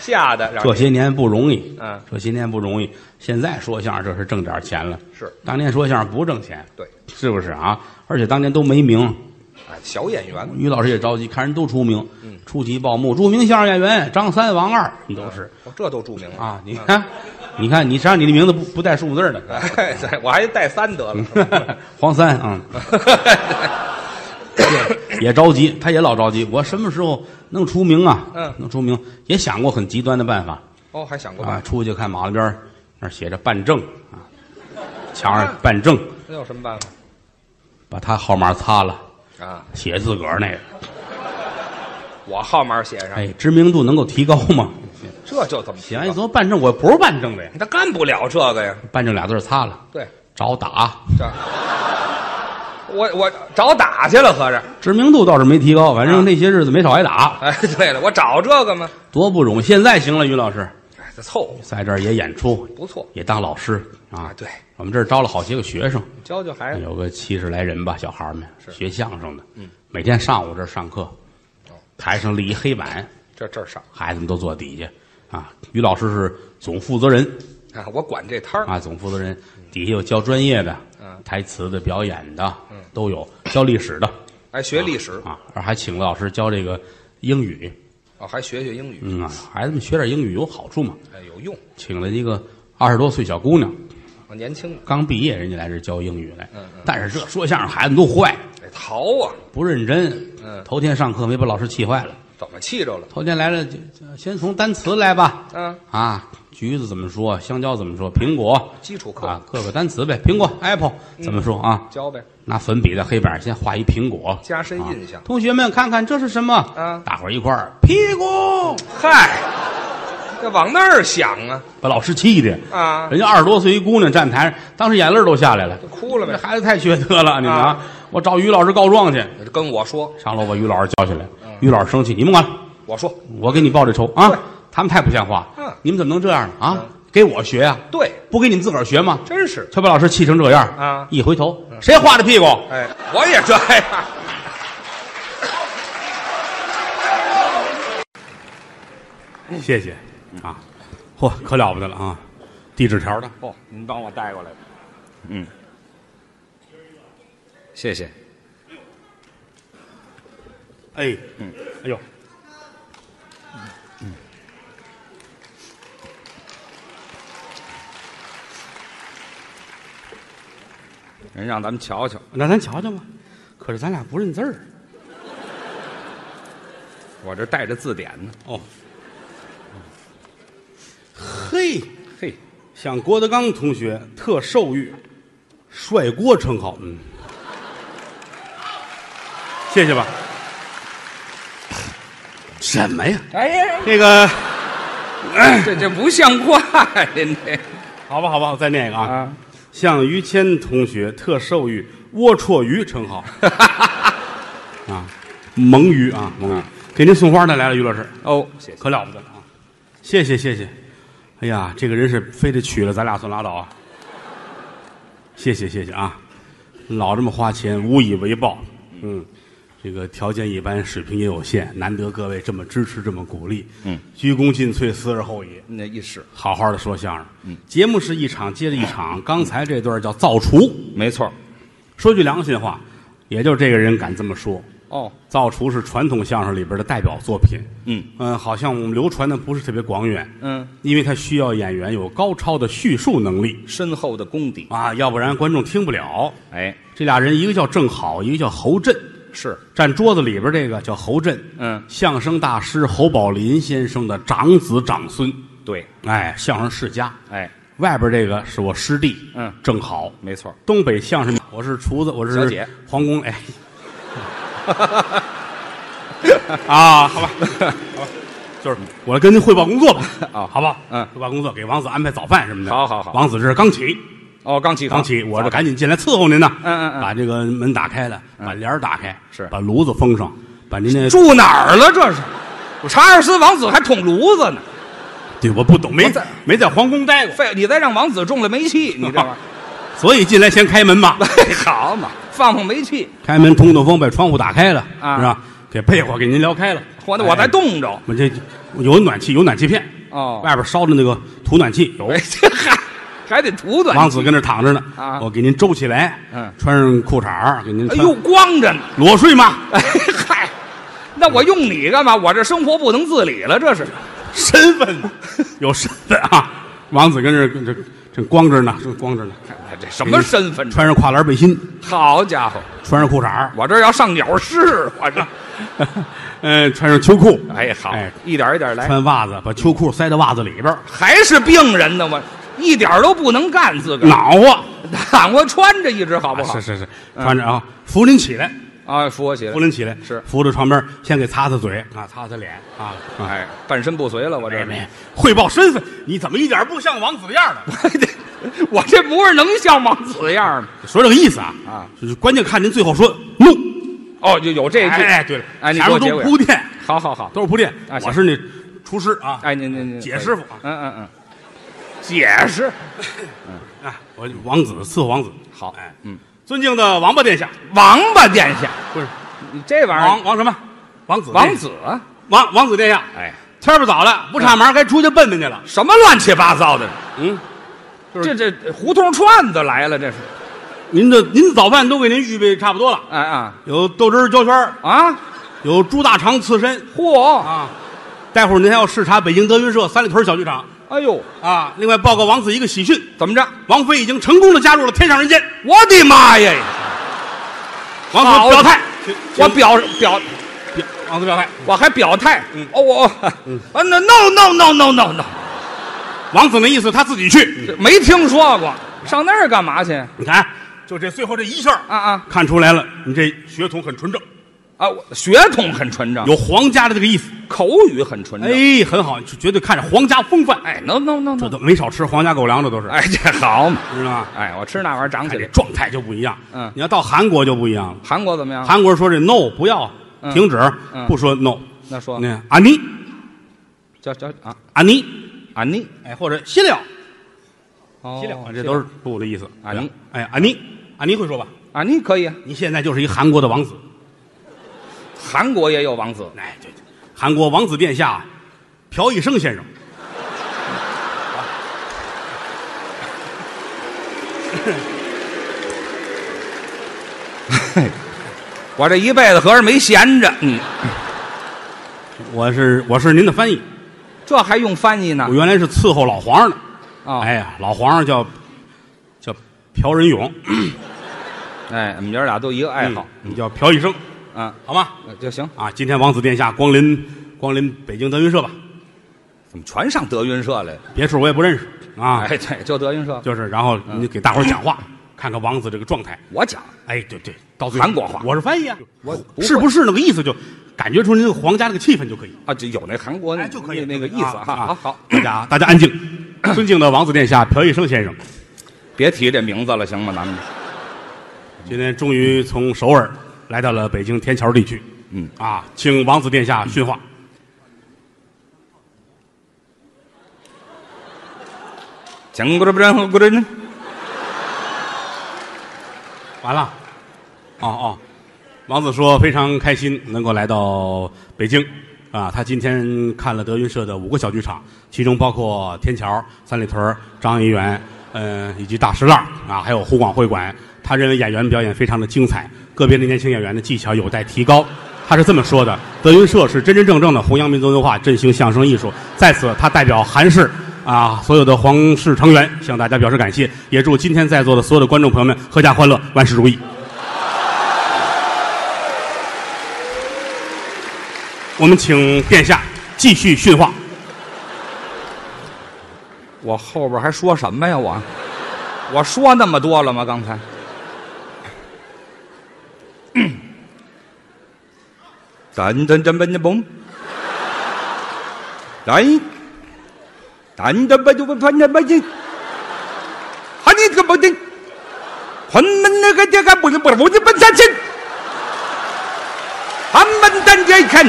吓得 让
这
人
些年不容易，
嗯
这些年不容易。现在说相声这是挣点钱了，
是
当年说相声不挣钱，
对
是不是啊？而且当年都没名，
哎，小演员
于老师也着急，看人都出名，出级报幕，著名相声演员张三、王二，你都是
哦这都著名了
啊？你看，你看，你上你的名字不不带数字的，
哎，对我还带三得了。
黄三啊、嗯，也着急，他也老着急，我什么时候能出名啊？
嗯
能出名，也想过很极端的办法，
哦，还想过
啊，
办？
出去看马路边儿那儿写着办证啊，墙上办证，
那有什么办法
把他号码擦了，
啊？
写自个儿那个。
我号码写上，
哎，知名度能够提高吗？
这就怎么
写完一琢磨办证，我不是办证的呀，
他干不了这个呀。
办证俩字儿擦了，
对，
找打，
这我我找打去了，合着。
知名度倒是没提高，反
啊
正那些日子没少挨打，
哎， 对了，我找这个嘛，
多不容易。现在行了，于老师
哎，这凑合
在这儿也演出，
不错
也当老师
啊
啊。。
对，哎
我们这儿招了好些个学生，
教教孩子
有个七十来人吧，小孩儿们学相声的，
嗯
每天上午这儿上课，
哦
台上立一黑板，
这这儿上
孩子们都坐底下啊。于老师是总负责人
啊，我管这摊儿
啊，总负责人底下有教专业的
嗯，
台词的、表演的都有，教历史的
哎，学历史
啊，而还请了老师教这个英语。
哦，还学学英语，
嗯啊，孩子们学点英语有好处嘛。
哎，有用。
请了一个二十多岁小姑娘，
我年轻的，
刚毕业，人家来这儿教英语来
嗯嗯。
但是这说相声孩子们都坏，
哎，逃啊，
不认真。
嗯
头天上课没把老师气坏了。
怎么气着了？
头天来了，就就先从单词来吧。
嗯，
啊，橘子怎么说？香蕉怎么说？苹果
基础课
啊，各个单词呗。苹果 apple
嗯
怎么说啊？
教呗，
拿粉笔在黑板上先画一苹果。啊
加深印象。
同学们，看看这是什么？
嗯
大伙儿一块儿屁股，
嗨，这往那儿想啊
把老师气的。
啊，
人家二十多岁一姑娘站台上，当时眼泪儿都下来了。
哭了
这
呗。
孩子太缺德了，你们啊！我找于老师告状去，
跟我说，
上楼把于老师叫起来。于老师生气，你甭管了，
我说
我给你报这仇啊
嗯对！
他们太不像话
嗯，
你们怎么能这样呢？啊
嗯，
给我学呀、
对，
不给你们自个儿学吗？
真是，
他把老师气成这样
啊
一回头，谁画的屁股？
哎，我也这样。
谢谢啊！嚯，可了不得了啊！递纸条的，
哦，您帮我带过来吧。嗯，谢谢。
哎，嗯，哎呦，
您让咱们瞧瞧，
那咱瞧瞧吧。可是咱俩不认字儿
我这带着字典呢。
哦。嘿，
嘿，
向郭德纲同学特授予“帅郭”称号，嗯，谢谢吧。什么呀？
哎呀，
这个
哎
这这不像话呀！您这
好吧，好吧，我再念一个啊。
啊，
向于谦同学特授予“龌龊鱼”称号。 啊，蒙鱼啊，蒙鱼，给您送花的来了，于老师，
哦，谢谢。
可了不得了啊！谢谢谢谢，哎呀，这个人是非得娶了咱俩算拉倒啊！谢谢谢谢啊，老这么花钱无以为报，嗯，这个条件一般，水平也有限，难得各位这么支持这么鼓励，嗯，鞠躬尽瘁，思而后已。
那一试，
好好的说相声。节目是一场接着一场，刚才这段叫造厨。
没错。
说句良心话，也就这个人敢这么说。
哦，
造厨是传统相声里边的代表作品。
嗯
嗯，好像我们流传的不是特别广远。
嗯，
因为它需要演员有高超的叙述能力
深厚的功底。
啊，要不然观众听不了。
哎，
这俩人一个叫郑好，一个叫侯震，
是，
站桌子里边这个叫侯震，
嗯
相声大师侯宝林先生的长子长孙，
对，
哎，相声世家。
哎，
外边这个是我师弟，
嗯
正好
没错，
东北相声，我是厨子，我是
小姐
皇宫， 哎，啊，好吧，好吧，就是我来跟您汇报工作 吧，
啊
好吧，
嗯
汇报工作，给王子安排早饭什么的，
好好好
王子这是刚起，
哦，刚起，
刚起，我这赶紧进来伺候您呢，
嗯嗯嗯嗯
把这个门打开了，把帘儿打开，
是
把炉子封上，把您那
住哪儿了？这是，我查尔斯王子还捅炉子呢，
对，我不懂，没
我在
没在皇宫待过，
废，你再让王子中了煤气，你 这玩意
所以进来先开门吧，
儿，好嘛，放放煤气，
开门通通风，把窗户打开了，
啊
是吧？给被窝给您撩开了，
我那我
哎
再冻着，
我这有暖气，有暖气片，
哦
外边烧的那个土暖气有。
哎， 这还还得涂的，
王子跟那儿躺着呢，
啊
我给您周起来，
嗯
穿上裤衩儿给您
哎
穿，
呦，光着呢。
裸睡吗？
哎嗨，那我用你干嘛？我这生活不能自理了，这是。
身份 有身份啊！王子跟这儿跟这正光着呢，正光着呢，
哎这什么身份？
穿上跨栏背心，
好家伙，
穿上裤衩儿
我这要上鸟市，我这。
嗯，穿上秋裤，
哎，好
哎，
一点一点来，
穿袜子，把秋裤塞到袜子里边儿，
还是病人呢，我一点都不能干自个儿。
暖和。
躺 我穿着一只好不好
啊是？是是，啊穿着啊，扶您起来，
啊，扶我起来
扶。您起来，
是
扶着床边儿，先给擦擦嘴啊，擦擦脸啊，啊
哎，半身不遂了，我这
妹。妹，汇报身份，你怎么一点不像王子的样呢？
我这不是能像王子样吗？
说这个意思啊
啊，
就是关键看您最后说怒。
哦，就有这句。
哎，对了，
哎你
前
给我
面
结
都
尾
是铺垫，
好好好。
都是铺垫。
啊行
我是那厨师啊，
哎，您您您，
解师傅啊
嗯嗯嗯，解释。
哎，我王子伺候王子。
好
哎，
嗯，
尊敬的王八殿下，
王八殿下，
不是
你这玩意儿
王王什么？王子殿下
王子啊，
王王子殿下，
哎，
天儿不早了，不差忙，该出去奔奔去了。
什么乱七八糟的？
嗯，
这这胡同串子来了，这是？
您的您的早饭都给您预备差不多了，
哎啊
有豆汁儿焦圈儿，
啊！
有猪大肠刺身
嚯！
啊。待会儿您还要视察北京德云社三里屯小剧场。
哎呦，
啊，另外报告王子一个喜讯，
怎么着？
王菲已经成功的加入了天上人间。
我的妈呀！
王子表态，
我表表，
表王子表态，
我还表态。
嗯
哦，我啊，no no no no no no no，
王子那意思他自己去。
没听说过，上那儿干嘛去？啊
你看，就这最后这一下儿，
啊
看出来了，你这血统很纯正，
啊！我血统很纯正，
有皇家的这个意思。
口语很纯正。
哎，很好，就绝对看着皇家风范。
哎，no no no
这
no，
都没少吃皇家狗粮，这都是，
哎，这好嘛！
知道吗？
哎，我吃那玩意儿长
看
起
这
来。
状态就不一样。
嗯
你要到韩国就不一样了。
韩国怎么样？
韩国人说这 no 不要，
嗯
停止
嗯，
不说 no。
那说
那阿尼
叫叫啊，
阿尼，
安妮，
哎，或者西了。
哦
西凉啊，这都是不的意思。
啊你
哎，安妮，安妮会说吧？
安妮可以啊。
你现在就是一韩国的王子，
韩国也有王子，
哎，对，对韩国王子殿下，朴一生先生。
我这一辈子合着没闲着，嗯，
我是我是您的翻译，
这还用翻译呢
我？原来是伺候老皇上的。
啊，
哎呀，老皇上叫叫朴仁勇，
哎，我们爷儿俩都一个爱好，
嗯，你叫朴一生，
啊，
好吗？
那就行。
啊，今天王子殿下光临光临北京德云社吧，
怎么全上德云社来了？
别处我也不认识啊，
哎，对，就德云社。
就是然后你给大伙儿讲话，看看王子这个状态。
我讲，
哎，对对，到最后
韩国话
我是翻译啊，
我不会
是不是那个意思就感觉出您皇家那个气氛就可以，
啊，就有那韩国那
哎就可以
那那个意思
啊
哈。
啊
好好，
大家大家安静，尊敬的王子殿下朴医生先生，
别提这名字了，行吗？咱们
今天终于从首尔来到了北京天桥地区，
嗯
啊，请王子殿下训话。
讲咕噜不噜咕噜，
完了，哦哦，王子说非常开心能够来到北京。啊，他今天看了德云社的五个小剧场，其中包括天桥、三里屯、张一元，嗯、以及大石栏啊，还有湖广会馆。他认为演员表演非常的精彩，个别的年轻演员的技巧有待提高。他是这么说的：德云社是真真正正的弘扬民族文化，振兴相声艺术。在此，他代表韩氏啊所有的皇室成员向大家表示感谢，也祝今天在座的所有的观众朋友们阖家欢乐，万事如意。我们请殿下继续训话。
我后边还说什么呀？我，我说那么多了吗？刚才，嗯噔噔噔噔噔嘣，噔，噔噔噔噔噔噔噔噔，哈你个不丁，魂们那个这个不是不是不是不相信，他们等着看，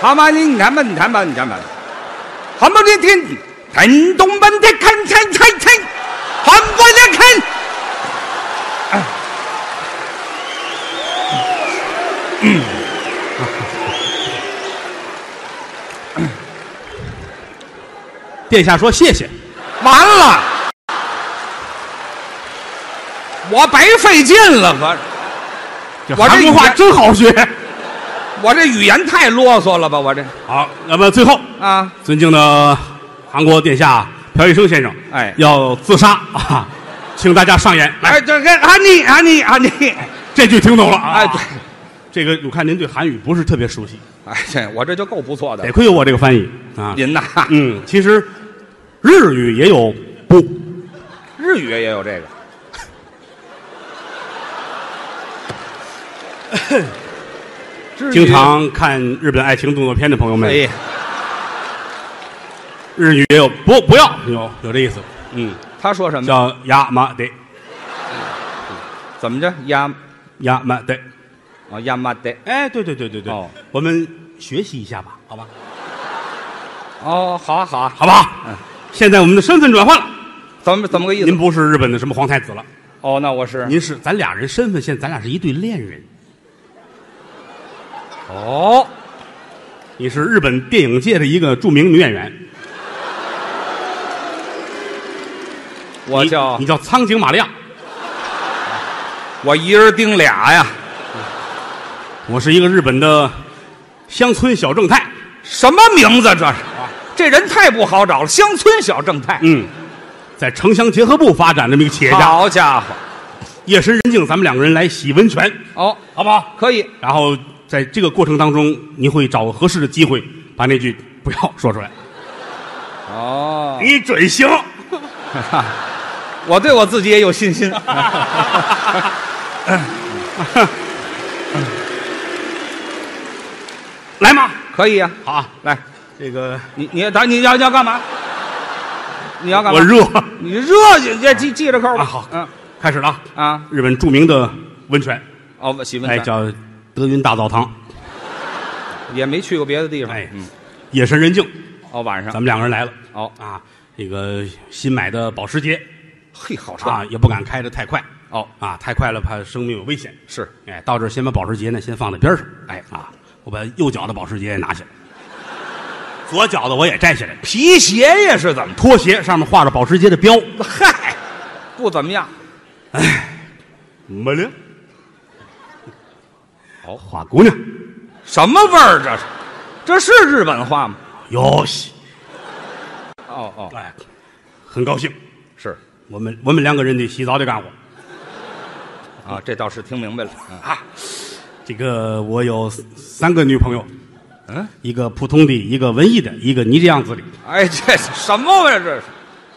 他们领他们他们他们。한번에된된동반대칸칸칸칸한번에칸
殿下说谢谢，
完了，我白费劲了，可是
这
我这
韩国
语
话
言
真好学。
我这语言太啰嗦了吧？我这
好，那么最后，
啊，
尊敬的韩国殿下朴医生先生，
哎
要自杀 啊，请大家上演来。
哎，这个啊你啊你啊你，
这句听懂了啊？
哎对，
这个我看您对韩语不是特别熟悉，
哎，这我这就够不错的
得。亏有我这个翻译啊。
您呐，
嗯，其实日语也有不，
日语也有这个，日语
经常看日本爱情动作片的朋友们，
哎，
日语也有不不要有有这意思，嗯，
他说什么？
叫亚麻得
怎么着？亚
亚麻得，
啊亚麻得
哎，对对对对对，
哦
我们学习一下吧，好吧，
哦，好啊好啊，
好不好？
嗯
现在我们的身份转换了，
怎么怎么个意思
您？不是日本的什么皇太子了，
哦，那我是
您哎是咱俩人身份，现在咱俩是一对恋人。
哦，
你是日本电影界的一个著名女演员，
我
你
叫
你叫苍井玛利亚，
我一人盯俩呀，
我是一个日本的乡村小正太，
什么名字这是？这人太不好找了，乡村小正太。
嗯，在城乡结合部发展这么一个企业家。
好家伙，
夜深人静，咱们两个人来洗温泉，
哦，
好不好？
可以，
然后在这个过程当中，你会找合适的机会把那句“不要”说出来，
哦，
你准行。
我对我自己也有 信心。
来嘛，
可以呀、
好啊，
来，
这个
你你等你要你要干嘛？你要干
我
嘛？
热，
你热就这记记着扣吧。
啊好
嗯
开始了啊！
啊，
日本著名的温泉，
哦，我洗温
哎，
泉、
叫德云大澡堂。
也没去过别的地方。
哎
嗯，
夜深人静，
哦，晚
咱
上
们两个人来了
哦，
啊。这个新买的保时捷
嘿，好车、
啊，也不敢开得太快
哦，
啊，太快了怕生命有危险。
是
哎，到这儿先把保时捷呢先放在边上。
哎
啊，我把右脚的保时捷也拿下来，左脚的我也摘下来，
皮鞋呀，是怎么？
拖鞋上面画着保时捷的标。
嗨，不怎么样。
没了。好，花姑娘，
什么味儿这是？这是日本话吗？
哟西，
哦哦，
哎，很高兴，
是
我们我们两个人得洗澡得干活。
啊，这倒是听明白了。嗯
啊这个我有三个女朋友，
嗯，
一个普通的，一个文艺的，一个你这样子的。
哎，这是什么味儿这是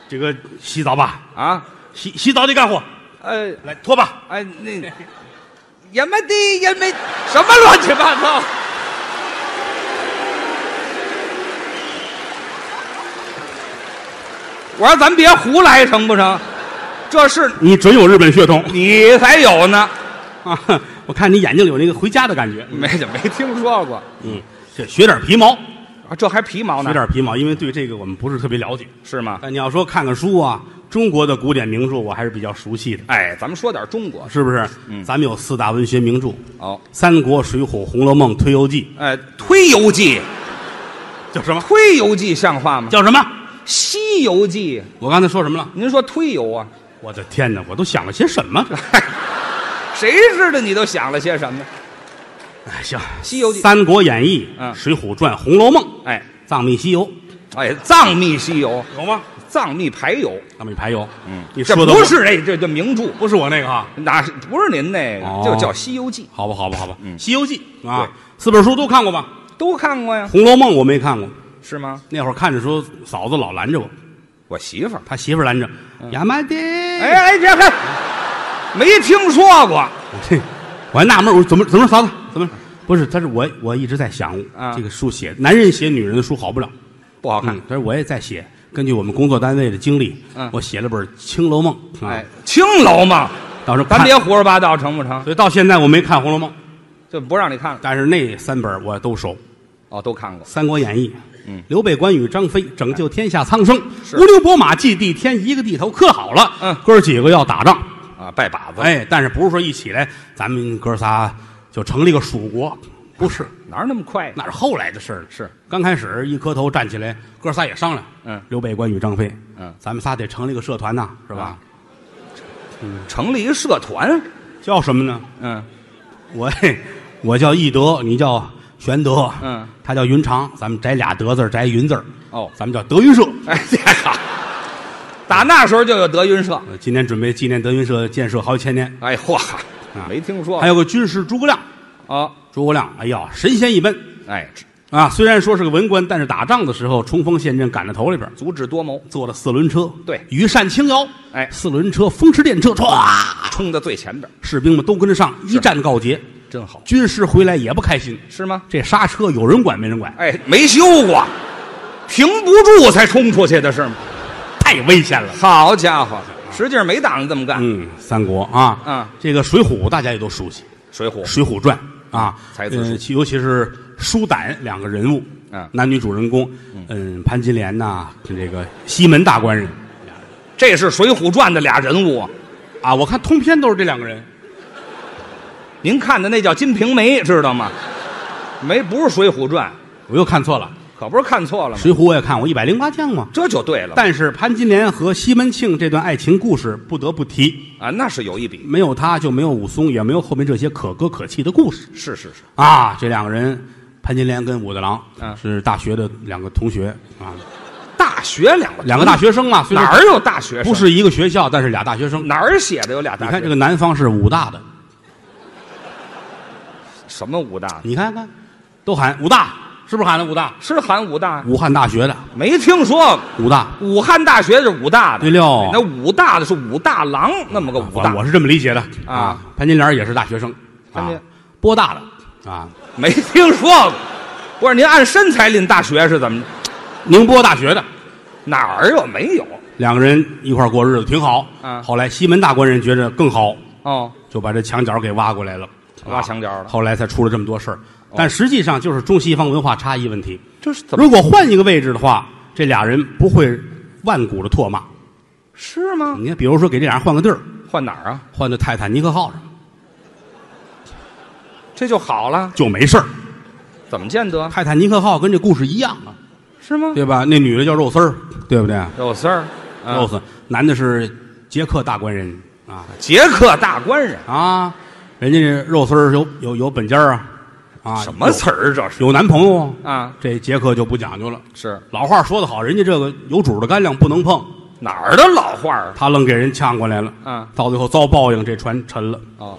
这个洗澡吧，
啊？
洗洗澡得干活，
呃，
来脱吧。
哎，那也没的也没什么乱七八糟。我说咱别胡来成不成？这是
你准有日本血统
你才有呢，
啊！ 我看你眼睛里有那个回家的感觉。
没没听说过
嗯，这学点皮毛，
啊，这还皮毛
学
呢？
点皮毛，因为对这个我们不是特别了解。
是吗？
但你要说看看书啊，中国的古典名著我还是比较熟悉的，
哎，咱们说点中国
是不是？
嗯
咱们有四大文学名著，《
哦。
三国》《水浒》《红楼梦》《推游记
哎，推油记，》，
叫什么？
推油记像话吗？
叫什么？
西游记，
我刚才说什么了？
您说推油啊？
我的天哪，我都想了些什 么？
谁知道你都想了些什么？
哎，行，《
西游记
三国演义》
嗯
水浒传》《红楼梦》《
哎
藏秘西游》
哎，藏秘西游，
有吗？
藏秘排油，
藏秘排油，
嗯
你
这
说的
不
我
是哎，这这名著，
不是我那个啊？
哪是不是您那个
哦，
就叫《西游记
好吧，好吧，好吧，
嗯
西游记》啊，《四本书都看过吧？
都看过呀，
《红楼梦》我没看过，
是吗？
那会儿看着说，嫂子老拦着我，
我媳妇儿，
他媳妇儿拦着，亚麻的，
嗯哎哎，这还没听说过，
这 我还纳闷儿，我说怎么怎么着嫂子怎么着不是？但是我我一直在想，
啊
这个书写男人写女人的书好不了，
不好看
嗯。，但是我也在写。根据我们工作单位的经历，
嗯
我写了本《青楼梦》啊，
哎，青楼嘛，
到时候
咱
看
别胡说八道，成不成？
所以到现在我没看《红楼梦》，
就不让你看了。
但是那三本我都熟，《
哦，都看过。
三国演义》。
嗯，
刘备、关羽、张飞拯救天下苍生，
是
乌牛伯马祭地天，一个地头磕好了。
嗯
哥儿几个要打仗，
啊，拜把子，
哎，但是不是说一起来，咱们哥仨就成立个蜀国？不是，
哪儿那么快？
那是后来的事儿了。
是
刚开始一磕头站起来，哥仨也商量，
嗯
刘备、关羽、张飞，
嗯
咱们仨得成立个社团呐，是吧？
成立一社团，
叫什么呢？
嗯，
我嘿我叫义德，你叫玄德，
嗯，
他叫云长，咱们摘俩德字儿，摘云字儿，
哦，
咱们叫德云社。
哎，这好，打那时候就有德云社，
呃今年准备纪念德云社建设好几千年，
哎嚯
啊，
没听说
还有个军师诸葛亮，
啊，
诸葛亮，哎呀，神仙一般
哎，这
啊！虽然说是个文官，但是打仗的时候冲锋陷阵赶在头里边儿，
足智多谋，
坐了四轮车，
对
羽扇轻摇，
哎
四轮车风驰电掣，唰，
冲在最前边，
士兵们都跟上，一战告捷。
真好，
军师回来也不开心，
是吗？
这刹车有人管没人管，
哎，没修过，停不住才冲出去的是吗？
太危险了。
好家伙，实际上没打算这么干，
嗯，三国啊，
嗯
这个《水浒》大家也都熟悉，
水
《
浒
水浒传》啊，
嗯才子
呃
书
其尤其是舒胆两个人物，
嗯
男女主人公，嗯，潘金莲呐，这个西门大官人
这是《水浒传》的俩人物啊，
啊，我看通篇都是这两个人，
您看的那叫《金瓶梅》，知道吗？没，不是《水浒传
我又看错了，》，
可不是看错了
《
吗？
水浒》我也看过，一百零八将嘛。
这就对了
但是潘金莲和西门庆这段爱情故事不得不提，
啊，那是有一比，
没有他就没有武松，也没有后面这些可歌可泣的故事。
是是是，
啊，这两个人，潘金莲跟武大郎，
嗯
是大学的两个同学啊，
大学两个
两个大学生嘛，虽然
哪儿有大学生？
不是一个学校，但是俩大学生。
哪儿写的有俩大
你
学？
看这个南方是武大的，
什么武大？
你看看，都喊武大，是不是喊的武大？
是喊武大？
武汉大学的
没听说过。
武大，
武汉大学是武大的，
对哦啊了
那武大的是武大郎那么个武
我
大，
我是这么理解的
啊。
潘金莲也是大学生，
潘金
啊，波大的啊，
没听说过。不是您按身材拎大学是怎么着？
宁波大学的，
哪儿有没有？
两个人一块儿过日子挺好。
嗯
后来西门大官人觉着更好，
哦，
就把这墙角给挖过来了，啊
挖墙角了
后来才出了这么多事儿，但实际上就是中西方文化差异问题。
这是怎么
如果换一个位置的话，这俩人不会万古的唾骂。
是吗？
你看，比如说给这俩人换个地儿，
换哪儿啊？
换到泰坦尼克号上
这就好了，
就没事儿。
怎么见得？
泰坦尼克号跟这故事一样啊，
是吗？
对吧？那女的叫肉丝儿，对不对？
有事儿，嗯
肉丝，男的是捷克大官人啊
捷克大官人，
啊，人家这肉丝儿有有有本家儿啊啊，
什么词儿这是？
有有男朋友
啊？
这捷克就不讲究了。
是
老话说得好，人家这个有主的干粮不能碰，
哪儿的老话儿？
他愣给人呛过来了。
嗯
到最后遭报应，这船沉了。
哦，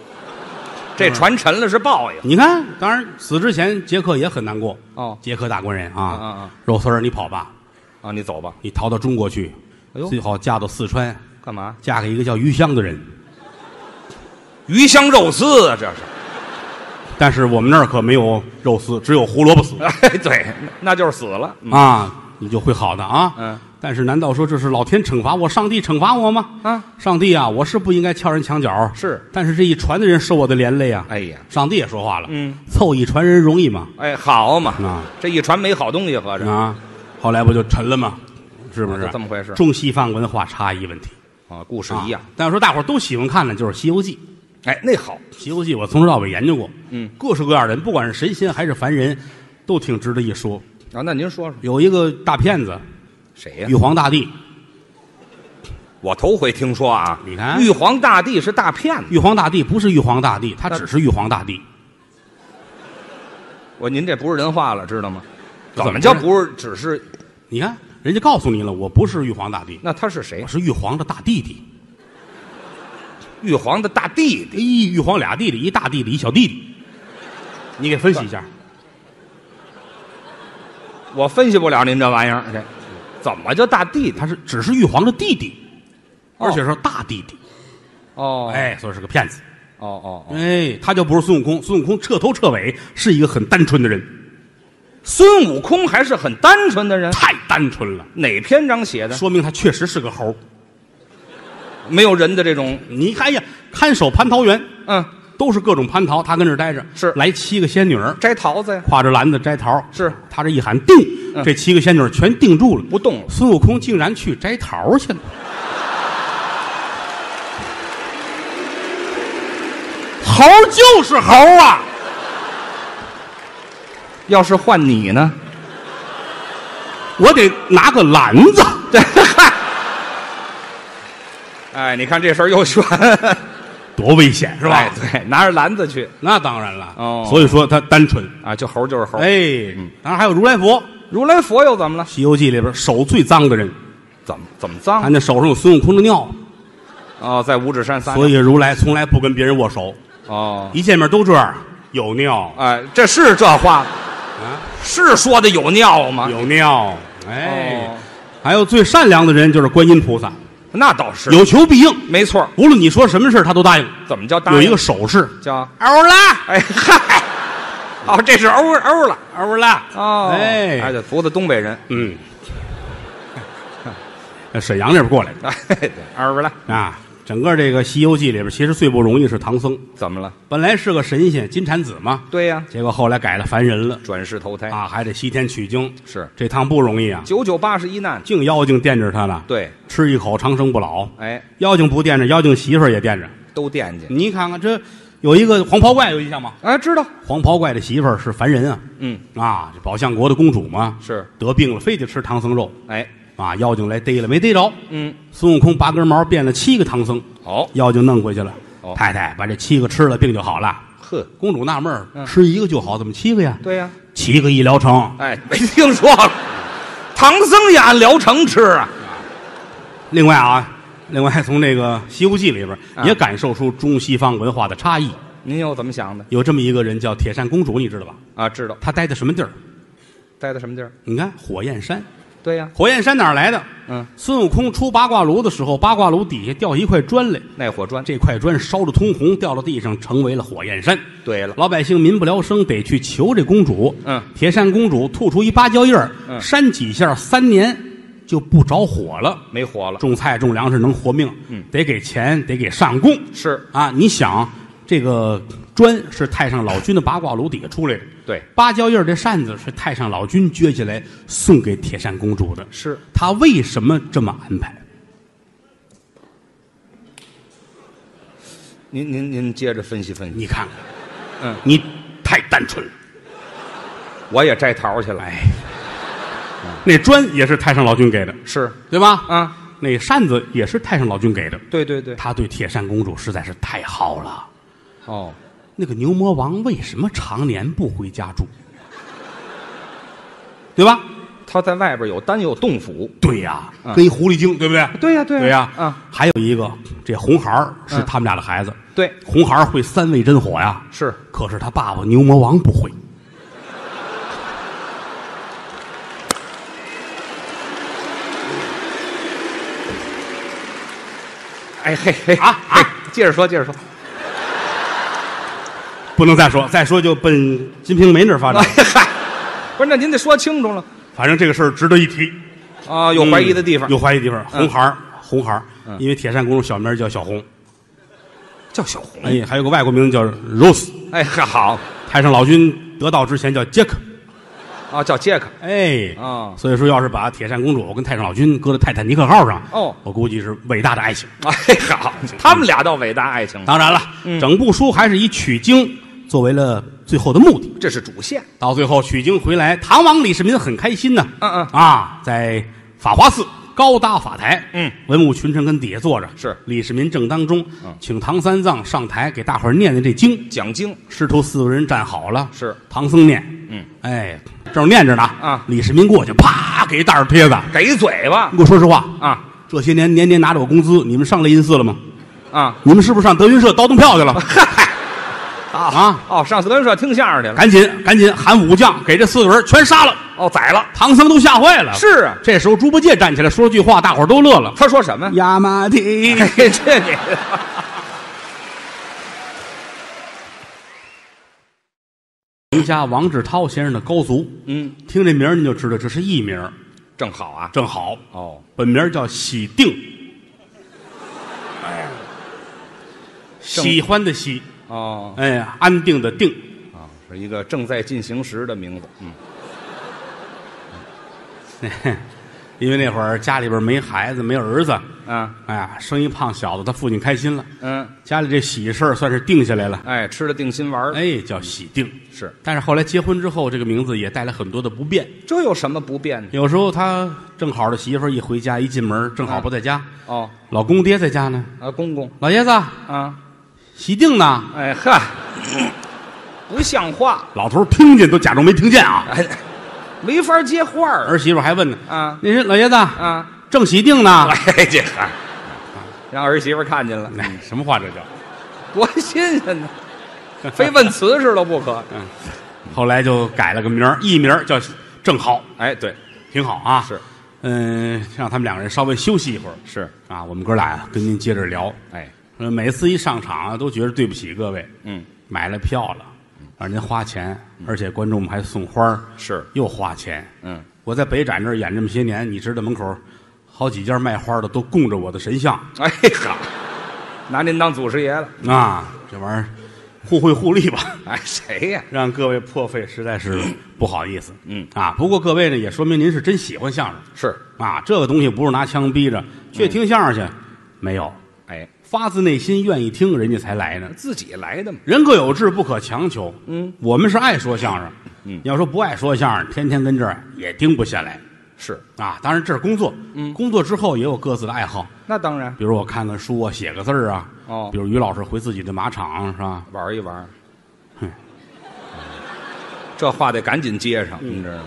这船沉了是报应
你看，当然死之前，杰克也很难过。
哦
杰克大官人啊，
嗯嗯嗯
肉丝儿，你跑吧，
啊！你走吧。
你逃到中国去，
哎呦
最好嫁到四川，
干嘛？
嫁给一个叫余香的人。
鱼香肉丝啊，这是。
但是我们那儿可没有肉丝，只有胡萝卜丝、
哎，对，那就是死了。嗯
啊，你就会好的啊。
嗯。
但是难道说这是老天惩罚我，上帝惩罚我吗？
啊，
上帝啊，我是不应该敲人墙角。
是，
但是这一船的人受我的连累啊。
哎呀，
上帝也说话了，
嗯，
凑一船人容易吗？
哎，好嘛，
啊
这一船没好东西，合着、
啊，后来不就沉了吗？是不是？
啊就这么回事
中西方文化差异问题
啊，故事
啊
一样。
但是说大伙儿都喜欢看的就是《西游记》，
哎，那好，
《西游记》我从头到尾研究过，
嗯，
各式各样的人，不管是神仙还是凡人，都挺值得一说。
啊，那您说说
有一个大骗子，
谁呀、
玉皇大帝。
我头回听说啊，
你看
玉皇大帝是大骗子。
玉皇大帝不是玉皇大帝，他
那
只是玉皇大帝。
我您这不是人话了，知道吗？
这怎么
怎么叫
回事
不是？只是
你看，人家告诉你了，我不是玉皇大帝，
那他是谁
我？是玉皇的大弟弟。
玉皇的大弟弟。
哎，玉皇俩弟弟，一大弟弟，一小弟弟。你给分析一下，
我分析不了您这玩意儿，这怎么就大弟弟？
他是只是玉皇的弟弟，
哦
而且是大弟弟，
哦，，
哎，所以是个骗子。
哦哦哦，
哎，他就不是孙悟空，孙悟空彻头彻尾是一个很单纯的人，
孙悟空还是很单纯的人。
太单纯了，
哪篇章写的？
说明他确实是个猴儿。
没有人的这种，
你看哎呀，看守蟠桃园
嗯，
都是各种蟠桃，他跟这儿待着，
是
来七个仙女儿，
摘桃子呀，
挎着篮子摘桃，
是
他这一喊定，
嗯
这七个仙女儿全定住了。
不动了。
孙悟空竟然去摘桃去了。猴儿就是猴儿啊！
要是换你呢？
我得拿个篮子。
对，嗨，哎，你看这事儿 又悬，
多危险是吧？
哎对，拿着篮子去
那当然了。
哦
所以说他单纯。
啊，就猴就是猴。嗯
哎，当然还有如来佛，《
如来佛又怎么了？
西游记》里边手最脏的人，
怎么怎么脏
他？那手上有孙悟空的尿，
哦，在五指山撒尿。
所以如来从来不跟别人握手，
哦，
一见面都这样，有尿
哎，这是这话
啊，
是说的有尿吗？
有尿。哎
啊哦，
还有最善良的人就是观音菩萨，
那倒是，
有求必应，
没错。
无论你说什么事他都答应。
怎么叫答应
有一个手势，
叫
欧啦
哎嗨，哦，这是欧欧了
欧啦，
哦，哎，
哎，
这福子东北人，
嗯， 沈阳那边过来的。
哎，对， 欧了，
啊，整个这个《西游记》里边，其实最不容易是唐僧，
怎么了？
本来是个神仙金蝉子嘛，
对呀，
结果后来改了凡人了
转世投胎
啊，还得西天取经，
是
这趟不容易啊，
九九八十一难，
净妖精惦着他了，，
对，
吃一口长生不老，
哎，
妖精不惦着，妖精媳妇儿也惦着，
都惦记。
你看看这有一个黄袍怪有印象吗？
嗯哎，知道，
黄袍怪的媳妇儿是凡人啊，
嗯，
啊，这宝象国的公主嘛，
是，
得病了非得吃唐僧肉
哎，
啊，妖精来逮了没逮着，
嗯，
孙悟空拔根毛变了七个唐僧，
好，
妖精弄回去了。
哦
太太把这七个吃了，病就好了。
呵，
公主纳闷儿
嗯
吃一个就好，怎么七个呀？
对呀，
七个一疗程。
哎，没听说过，唐僧也按疗程吃啊，
另外啊，另外从这个《西游记》里边
啊
也感受出中西方文化的差异。
您又怎么想的
有这么一个人叫铁扇公主，你知道吧？
啊？知道，
她待在什么地儿？
待在什么地儿？
你看火焰山，
对呀，
火焰山哪儿来的？
嗯，
孙悟空出八卦炉的时候，八卦炉底下掉一块砖来，
耐火砖，
这块砖烧得通红，掉到地上，成为了火焰山。
对了，
老百姓民不聊生，得去求这公主。
嗯
铁扇公主吐出一芭蕉叶儿，
嗯
扇几下，三年就不着火了。
没火了，
种菜种粮食能活命，
嗯
得给钱，得给上供
是，
啊！你想，这个砖是太上老君的八卦炉底下出来的，
对，
芭蕉叶儿这扇子是太上老君撅起来送给铁扇公主的。
是，
他为什么这么安排？
您您您接着分析分析，
你看看，
嗯
你太单纯了。
我也摘桃去了，
哎，那砖也是太上老君给的，
是
对吧？
啊，
那扇子也是太上老君给的，
对对对，
他对铁扇公主实在是太好了。
哦，
那个牛魔王为什么常年不回家住？对吧？
他在外边有丹有洞府，
对呀、
嗯
跟一狐狸精，对不对？
对呀对呀嗯
对呀、
啊，
还有一个，这红孩儿是他们俩的孩子，
对，
红孩儿会三味真火呀，
是
可是他爸爸牛魔王不会。
哎嘿嘿
啊
嘿接着说，接着说。
不能再说，再说就奔《金瓶梅》那儿发展
哎
了。
嗨，不是，那您得说清楚了
反正这个事儿值得一提，
啊，有怀疑的地方
嗯。有怀疑地方。
嗯
红孩儿，红孩儿，
嗯
因为铁扇公主小名叫小红，
叫小红，
哎，还有个外国名字叫 Rose。
哎，好
太上老君得道之前叫杰克，
啊，叫杰克
哎，
啊，
所以说要是把铁扇公主跟太上老君搁在泰坦尼克号上，
哦
我估计是伟大的爱情。
哎，好，他们俩倒伟大爱情了，
当然了，
嗯
整部书还是以取经作为了最后的目的。
这是主线。
到最后取经回来，唐王李世民很开心呢。
嗯嗯
啊，在法华寺高搭法台，
嗯，
文武群臣跟底下坐着。
是嗯
李世民正当中，请唐三藏上台给大伙儿念念这经。
讲经
师徒四个人站好了，
是
唐僧念，
嗯，
哎，正念着呢
啊
李世民过去，啪给一大耳贴子。
给嘴巴
你给我说实话，
啊
这些年年年拿着我工资，你们上雷音寺了吗？
啊
你们是不是上德云社倒腾票去 了？
啊！哦，上次德云社听相声去了。
赶紧赶紧喊武将，给这四个人全杀了！
哦，宰了。
唐僧都吓坏了。
是啊，
这时候猪八戒站起来说了句话，大伙儿都乐了。
他说什么？
亚麻地，
嘿 这你，
名家王志涛先生的高足，
嗯，
听这名儿您就知道这是艺名儿，
正好啊。
正好。
哦，
本名叫喜定，哎
正
喜欢的喜，
哦，
哎，安定的定，
啊，是一个正在进行时的名字。嗯，
因为那会儿家里边没孩子，没儿子，
啊，
哎呀，生一胖小子，他父亲开心了，
嗯，
家里这喜事儿算是定下来了，
哎，吃了定心丸儿、
哎，叫喜定。
是，
但是后来结婚之后，这个名字也带来很多的不便。
这有什么不便呢？
有时候他正好的媳妇儿一回家，一进门正好不在家，
哦，
老公爹在家呢，
啊，公公
老爷子
啊，
喜定呢？
哎 哈，不像话，
老头儿听见都假装没听见啊，
哎，没法接话儿
儿媳妇儿还问呢，
啊
那是老爷子
啊，
正喜定呢？
哎这哈，让儿媳妇看见了，
哎，什么话这叫？
多新鲜呢， 非问瓷实了不可。
后来就改了个名儿，艺名儿叫正好，
哎，对，
挺好啊。
是，
嗯、让他们两个人稍微休息一会儿
是，
啊。我们哥俩呀、跟您接着聊。
哎，
呃，每次一上场啊，都觉得对不起各位，
嗯，
买了票了，让您花钱，而且观众们还送花儿
是，
又花钱。
嗯，
我在北展这儿演这么些年，你知道门口好几家卖花的都供着我的神像
哎哈，拿您当祖师爷了。
啊，这玩意儿互惠互利吧。
哎，谁呀？
让各位破费实在是不好意思，
嗯
啊，不过各位呢也说明您是真喜欢相声
是，
啊，这个东西不是拿枪逼着
嗯
去听相声去，没有，
哎，
发自内心愿意听人家才来呢。
自己来的嘛。
人各有志，不可强求。嗯，我们是爱说相声，嗯，要说不爱说相声，天天跟这儿也盯不下来
是，
啊。当然这是工作，嗯，工作之后也有各自的爱好，
那当然。
比如我看看书啊，写个字儿啊，
哦
比如于老师回自己的马场是吧？
玩一玩
哼。
这话得赶紧接上，
嗯
你知道吗？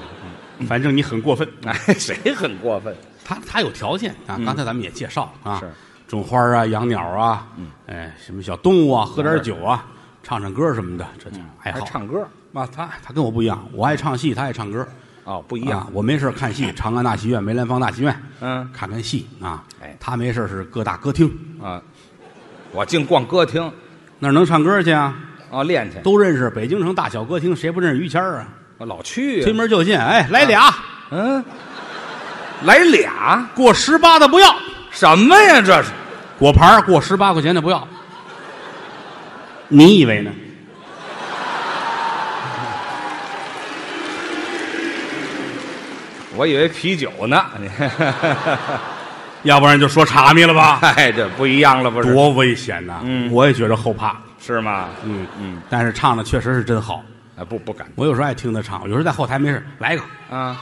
反正你很过分。
哎，谁很过分？
他他有条件啊，刚才咱们也介绍了啊，
嗯是嗯
种花啊、养鸟啊，哎，什么小动物啊，喝点酒啊，唱唱歌什么的，这叫爱
嗯还
好。
唱歌
啊，他他跟我不一样，我爱唱戏，他爱唱歌，
哦，不一
一
样。
我没事看 戏，长安大戏院、梅兰芳大戏院，
嗯
看看戏啊。
哎
他没事是各大歌厅，
啊，我净逛歌厅
那儿能唱歌去啊？
啊，练去。
都认识，北京城大小歌厅谁不认识于谦儿啊？
我老去
推
呀。
门就进，
啊
哎，来俩，
嗯，来俩
过十八的不要，
什么呀？这是
果盘儿过十八块钱的不要。你以为呢？
我以为啤酒呢。 你
要不然就说茶米了 吧？
哎，这不一样了，不是？
多危险呐！
嗯
我也觉着后怕。
是吗？
嗯
嗯，
但是唱的确实是真好。
啊，不不敢
我有时候爱听他唱，有时候在后台没事来一个，
啊。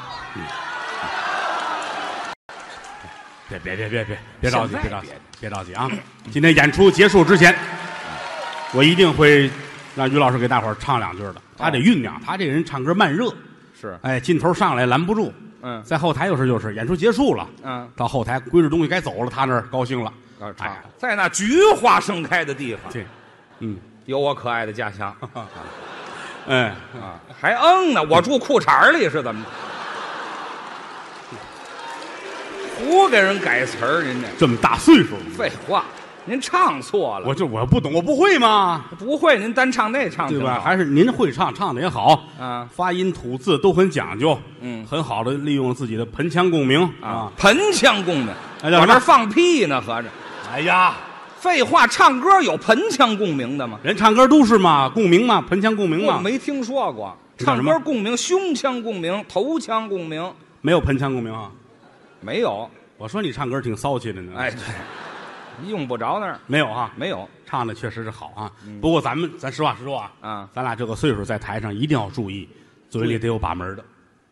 别别别别别别着急，别
现在
着急
别，
别着急啊！今天演出结束之前，我一定会让于老师给大伙儿唱两句的。他
哦
得酝酿，他这人唱歌慢热，
是，啊
哎，劲头上来拦不住。
嗯
在后台有时候就是演出结束了，
嗯，
到后台归置东西该走了，他那儿高兴了，
啊，
哎呀
唱，在那菊花盛开的地方，
对，嗯，
有我可爱的家乡。
哎，
啊，还嗯呢？我住裤衩儿里是怎么？胡给人改词儿，您这
这么大岁数了，
废话，您唱错了。
我就我不懂，我不会吗？
不会，您单唱那唱
对
挺
吧？
好
还是您会唱，唱的也好，
啊
发音吐字都很讲究，
嗯
很好的利用自己的盆腔共鸣
啊，盆腔共鸣，
哎叫
我
什么
这放屁呢，合着。
哎呀，
废话，唱歌有盆腔共鸣的吗？
人唱歌都是嘛，共鸣嘛，盆腔共鸣
我
嘛，
没听说过。
这啊叫什
唱
么
歌共鸣，胸腔共鸣，头腔共鸣
没有盆腔共鸣啊。
没有。
我说你唱歌挺骚气的呢，
哎，，对，用不着那儿，
没有哈，
没有。
唱的确实是好啊。不过咱们咱实话实说啊，
啊
咱俩这个岁数在台上一定要注意，嘴里得有把门的，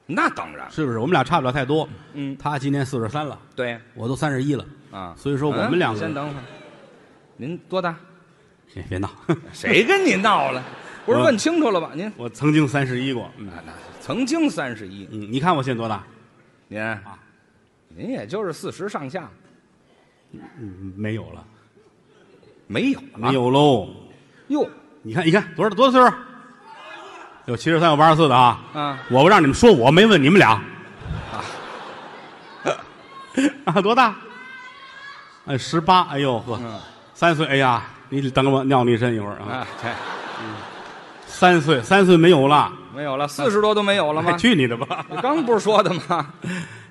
那当然，
是不是？我们俩差不了太多，
嗯，
他今年四十三了，
对
我都三十一了，
啊。
所以说我们
嗯
两个
先等会儿，您多大？
哎别闹，
谁跟你闹 了？不是
我
问清楚了吧？您
我曾经三十一过，嗯
曾经三十一，
嗯，你看我现在多大？
您您也就是四十上下，
嗯，没有了，
没有了啊
没有喽。
哟，
你看，你看，多少多少岁数？有七十三，有八十四的啊。
嗯
我不让你们说，我没问你们俩。 啊，多大？哎，十八。哎呦呵，
嗯
三岁。哎呀，你等我尿你一身一会儿啊。
啊，这
三岁，三岁没有了。
没有了，四十多都没有了
哎
吗？
去你的吧！
你刚不是说的 吗？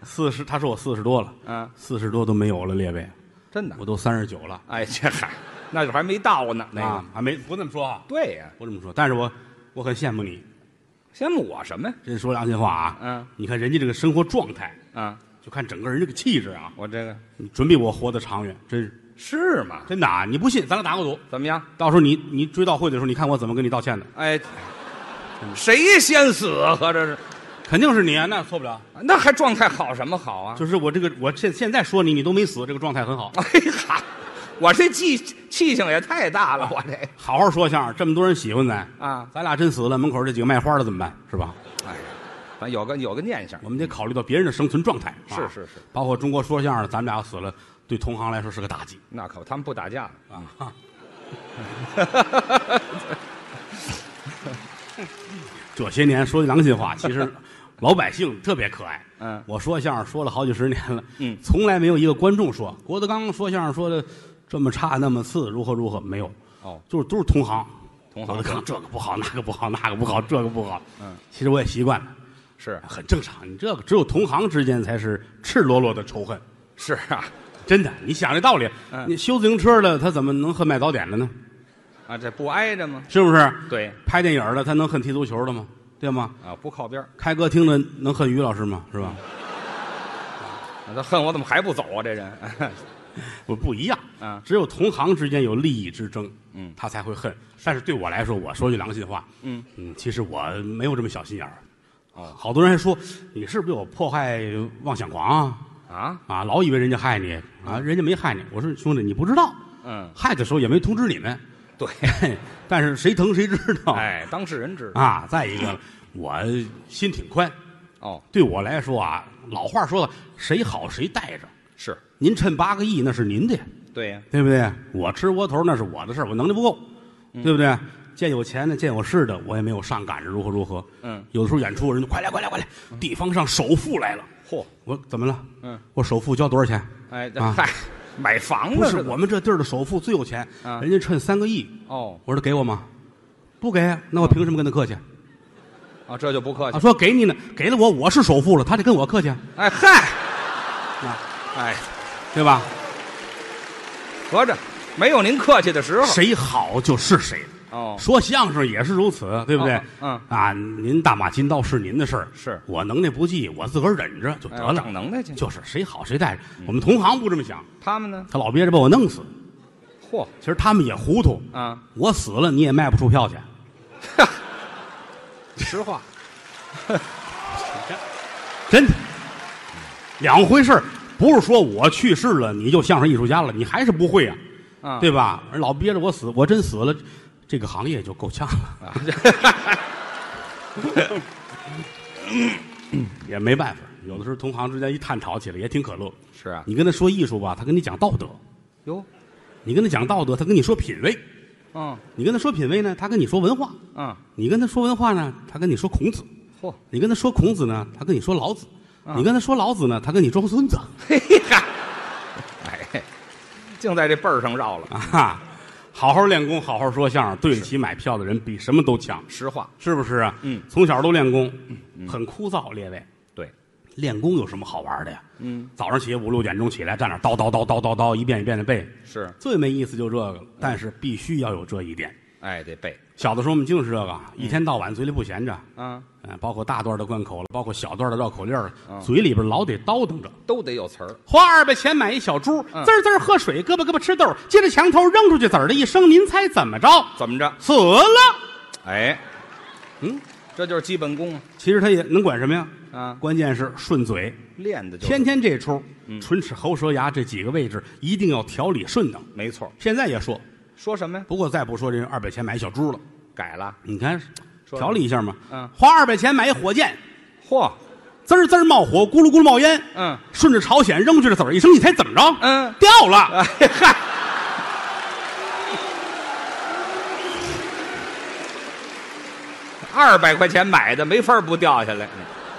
四十，他说我四十多了，
嗯，
四十多都没有了，列位，
真的
我。都三十九了。
哎，这嗨，那就还没到呢。那
啊
个，，
还没不这么说啊，
对呀，
不这么说。但是我我很羡慕你，
羡慕我什么呀？
真说良心话啊。
嗯，
你看人家这个生活状态，
啊，
就看整个人这个气质啊。
我这个
你准比我活得长远，真是
是吗？
真的啊！你不信，咱俩打个赌，
怎么样？
到时候你你追悼会的时候，你看我怎么跟你道歉的？
哎，谁先死啊？合着是，
肯定是你啊，那错不了。
那还状态好什么好啊？
就是我这个，我现现在说你，你都没死，这个状态很好。
哎哈，我这气气性也太大了， 我这
好好说相声，这么多人喜欢咱，
啊，
咱俩真死了，门口这几个卖花的怎么办？是吧？
哎，咱有个有个念想
我们得考虑到别人的生存状态。啊
是是是，
包括中国说相声，咱们俩要死了，对同行来说是个打击
那可不他们不打架了。
啊。这些年说句良心 话，其实老百姓特别可爱。
嗯
我说相声说了好几十年了，
嗯
从来没有一个观众说郭德纲说相声说的这么差那么次，如何如何没有，
哦，
就是都是同行。
同
郭
行
德纲这个不好，那个不好，那个不好，这个不好。
嗯，
其实我也习惯了，
是
很正常。你这个只有同行之间才是赤裸裸的仇恨。
是啊，
真的，你想这道理，
嗯
你修自行车的他怎么能恨卖早点的呢？
啊，这不挨着吗？
是不是？
对
拍电影的他能恨踢足球的吗？对吗？
啊，不靠边儿
开歌厅的能恨于老师吗？是吧？
啊他恨我怎么还不走啊？这人，
不不一样
嗯
只有同行之间有利益之争，
嗯
他才会恨。但是对我来说，我说句良心话，
嗯
嗯，其实我没有这么小心眼儿。
哦
好多人还说你是不是有迫害妄想狂啊？
啊，
啊，老以为人家害你啊，人家没害你。我说兄弟，你不知道，
嗯，
害的时候也没通知你们。
对，
但是谁疼谁知道。
哎，当事人知道
啊，再一个，我心挺宽，
哦，
对我来说啊，老话说的，谁好谁带着。
是
您趁八个亿那是您的，
对呀，
对不对？嗯我吃窝头那是我的事儿，我能力不够，对不对？见有钱的，见有势的，我也没有上赶着如何如何。
嗯，
有的时候演出人就快来快来快来，地方上首富来了，
嚯，
我怎么了？
嗯，
我首付交多少钱？
哎，这
啊
嗨，买房
不
子
是
似的
我们这地儿的嗯首富最有钱，
啊
人家趁三个亿，
哦
我说给我吗？不给，啊那我凭什么跟他客气？
啊，这就不客
啊，
气。
说给你呢，给了我，我是首富了，他得跟我客气，
哎嗨，
啊，
哎，
对吧？
合着没有您客气的时候
谁好就是谁。
哦，
说相声也是如此，对不对
哦？嗯
啊，您大马金刀是您的事儿，
是
我能耐不济，我自个儿忍着就得
哎我
了。
长能耐去，
就是谁好谁带着，我们同行不这么想，
他们呢？
他老憋着把我弄死。
嚯
其实他们也糊涂，
啊，
我死了你也卖不出票去。
实话，
真的，两回事儿不是说我去世了你就相声艺术家了，你还是不会啊，
啊
对吧？老憋着我死，我真死了，这个行业就够呛了，
啊，这
也没办法。有的时候同行之间一探讨起来也挺可乐。
是啊，
你跟他说艺术吧，他跟你讲道德；
哟，
你跟他讲道德，他跟你说品位；
嗯
你跟他说品位呢，他跟你说文化；
嗯，
你跟他说文化呢，他跟你说孔子；
嚯，
你跟他说孔子呢，他跟你说老子；
啊
你跟他说老子呢，他跟你装孙子。
嘿哈，哎，净在这辈儿上绕了。
啊哈，好好练功，好好说相声，对得起买票的人比什么都强，
实话，
是不是啊？
嗯，
从小都练功，很枯燥，列位。
对，
练功有什么好玩的呀？
嗯，
早上起五六点钟起来，站那儿叨叨叨叨叨叨，一遍一遍的背，
是，
最没意思就这个
嗯
了。但是必须要有这一点。
哎，得背，
小的时候我们净是这个，
嗯
一天到晚嘴里不闲着，
啊，
嗯，包括大段的贯口了，包括小段的绕口令儿
嗯
嘴里边老得叨叨着。
都得有词儿。
花二百钱买一小猪，
嗯
滋儿滋儿喝水，胳膊胳膊吃豆，接着墙头扔出去，籽儿的一声，您猜怎么着？
怎么着？
死了。
哎，
嗯，
这就是基本功
其实他也能管什么呀？
啊，
关键是顺嘴，
练的就是
天天这出，
嗯
唇齿喉舌牙这几个位置一定要条理顺当。
没错。
现在也说，
说什么呀？
不过再不说这二百钱买小猪了，
改了。
你看
说
调理一下嘛。
嗯
花二百钱买一火箭，
嚯，
滋儿滋儿冒火，咕噜咕噜冒烟。
嗯，
顺着朝鲜扔出去的籽儿一声，你猜怎么着？
嗯
掉了。
哎嗨，二百块钱买的，没法不掉下来。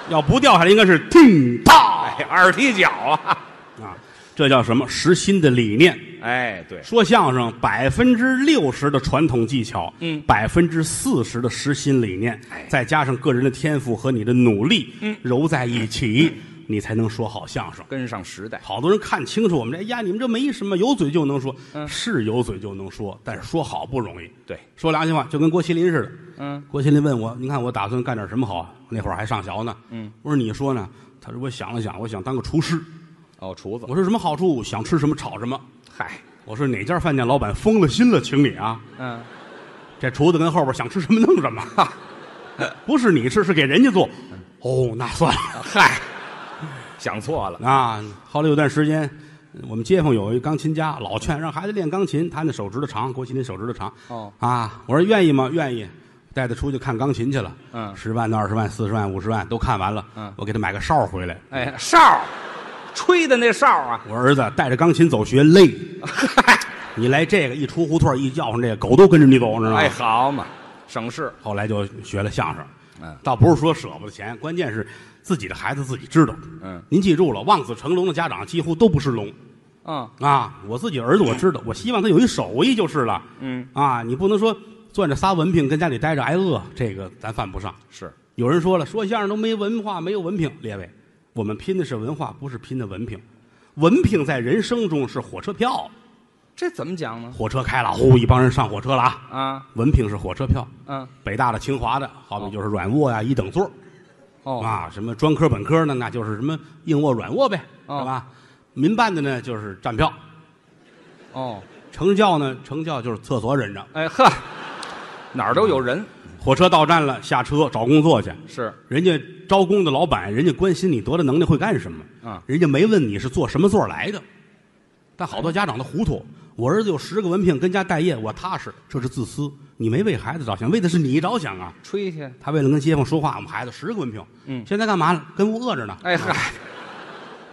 要不掉下来应该是听啪
哎，二踢脚啊！
啊，这叫什么？实心的理念。
哎，对，
说相声百分之六十的传统技巧，
嗯
百分之四十的实心理念，
哎
再加上个人的天赋和你的努力，嗯，揉在一起，
嗯
你才能说好相声。
跟上时代。
好多人看清楚我们这，哎呀，你们这没什么，有嘴就能说，
嗯
是有嘴就能说，但是说好不容易。
对，
说良心话，就跟郭麒麟似的。
嗯，
郭麒麟问我，你看我打算干点什么好啊？那会儿还上学呢。嗯，我说你说呢？他说我想了想，我想当个厨师。
哦，厨子，
我说什么好处？想吃什么炒什么。
嗨，
我说哪家饭店老板疯了心了，请你啊！
嗯，
这厨子跟后边想吃什么弄什么， 哈不是你吃，是给人家做。哦，那算了
啊嗨，想错了，
啊。后来有段时间，我们街坊有一钢琴家，老劝让孩子练钢琴，他那手指头长，郭麒麟手指头长。
哦，
啊，我说愿意吗？愿意。带他出去看钢琴去了，
嗯
十万到二十万、四十万、五十万都看完了，
嗯
我给他买个哨回来。
哎，哨，吹的那哨啊，
我说儿子带着钢琴走学累，你来这个一出胡同一叫上这个，狗都跟着你走，你知道吗？
哎，好嘛，省事，
后来就学了相声。
嗯
倒不是说舍不得钱，关键是自己的孩子自己知道。
嗯，
您记住了，望子成龙的家长几乎都不是龙
嗯
啊。我自己儿子我知道，我希望他有一手艺就是了。
嗯，
啊，你不能说攥着仨文凭跟家里待着挨饿，这个咱犯不上。
是，
有人说了，说相声都没文化，没有文凭。列位，我们拼的是文化，不是拼的文凭。文凭在人生中是火车票，
这怎么讲呢？
火车开了，呼，一帮人上火车了啊。
啊，
文凭是火车票，
嗯，
北大的、清华的，好比就是软卧呀、一等座。
哦，
啊，什么专科本科呢，那就是什么硬卧软卧呗，
哦
是吧？民办的呢就是站票，
哦，
成教呢成教就是厕所忍着，
哎呵，哪儿都有人，
火车到站了下车找工作去，
是，
人家招工的老板，人家关心你多大能耐会干什么，
啊
人家没问你是坐什么座来的，但好多家长都糊涂，我儿子有十个文凭，跟家待业，我踏实，这是自私，你没为孩子着想，为的是你着想啊。
吹去，
他为了跟街坊说话，我们孩子十个文凭，
嗯
现在干嘛呢？跟屋饿着呢，
哎嗨，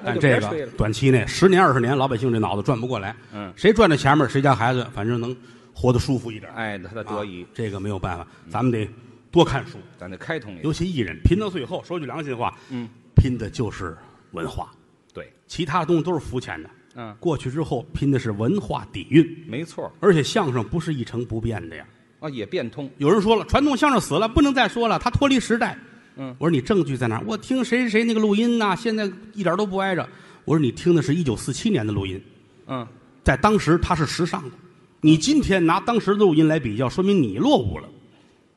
那
但
就
哎这
别吹
个
了，
短期内十年二十年，老百姓这脑子转不过来。
嗯
谁赚着前面，谁家孩子反正能活得舒服一点。
哎，他的得意
啊，这个没有办法，
嗯
咱们得多看书，
咱得开通一下
尤，其艺人拼到最后，说句良心话，
嗯，
拼的就是文化，
对，
其他的东西都是肤浅的。
嗯，
过去之后拼的是文化底蕴，
没错，
而且相声不是一成不变的呀。
啊，也变通，
有人说了，传统相声死了，不能再说了，它脱离时代。
嗯，
我说你证据在哪儿？我听谁谁谁那个录音呐、现在一点都不挨着。我说你听的是一九四七年的录音，
嗯，
在当时它是时尚的。你今天拿当时的录音来比较，说明你落伍了，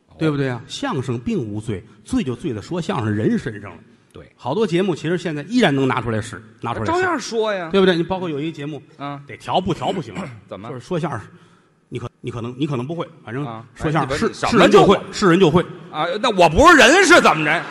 哦
对不对啊？相声并无罪，罪就罪在说相声人身上了。
对，
好多节目其实现在依然能拿出来使，拿出来使
啊照样说呀，
对不对？你包括有一节目，
啊，
得调不调不行啊，
怎么
就是说相声，你可你可能你可能不会，反正
啊
说相
哎你不
声是
怎么
是人
就
会
会，
是人就会。
啊，那我不是人是怎么着？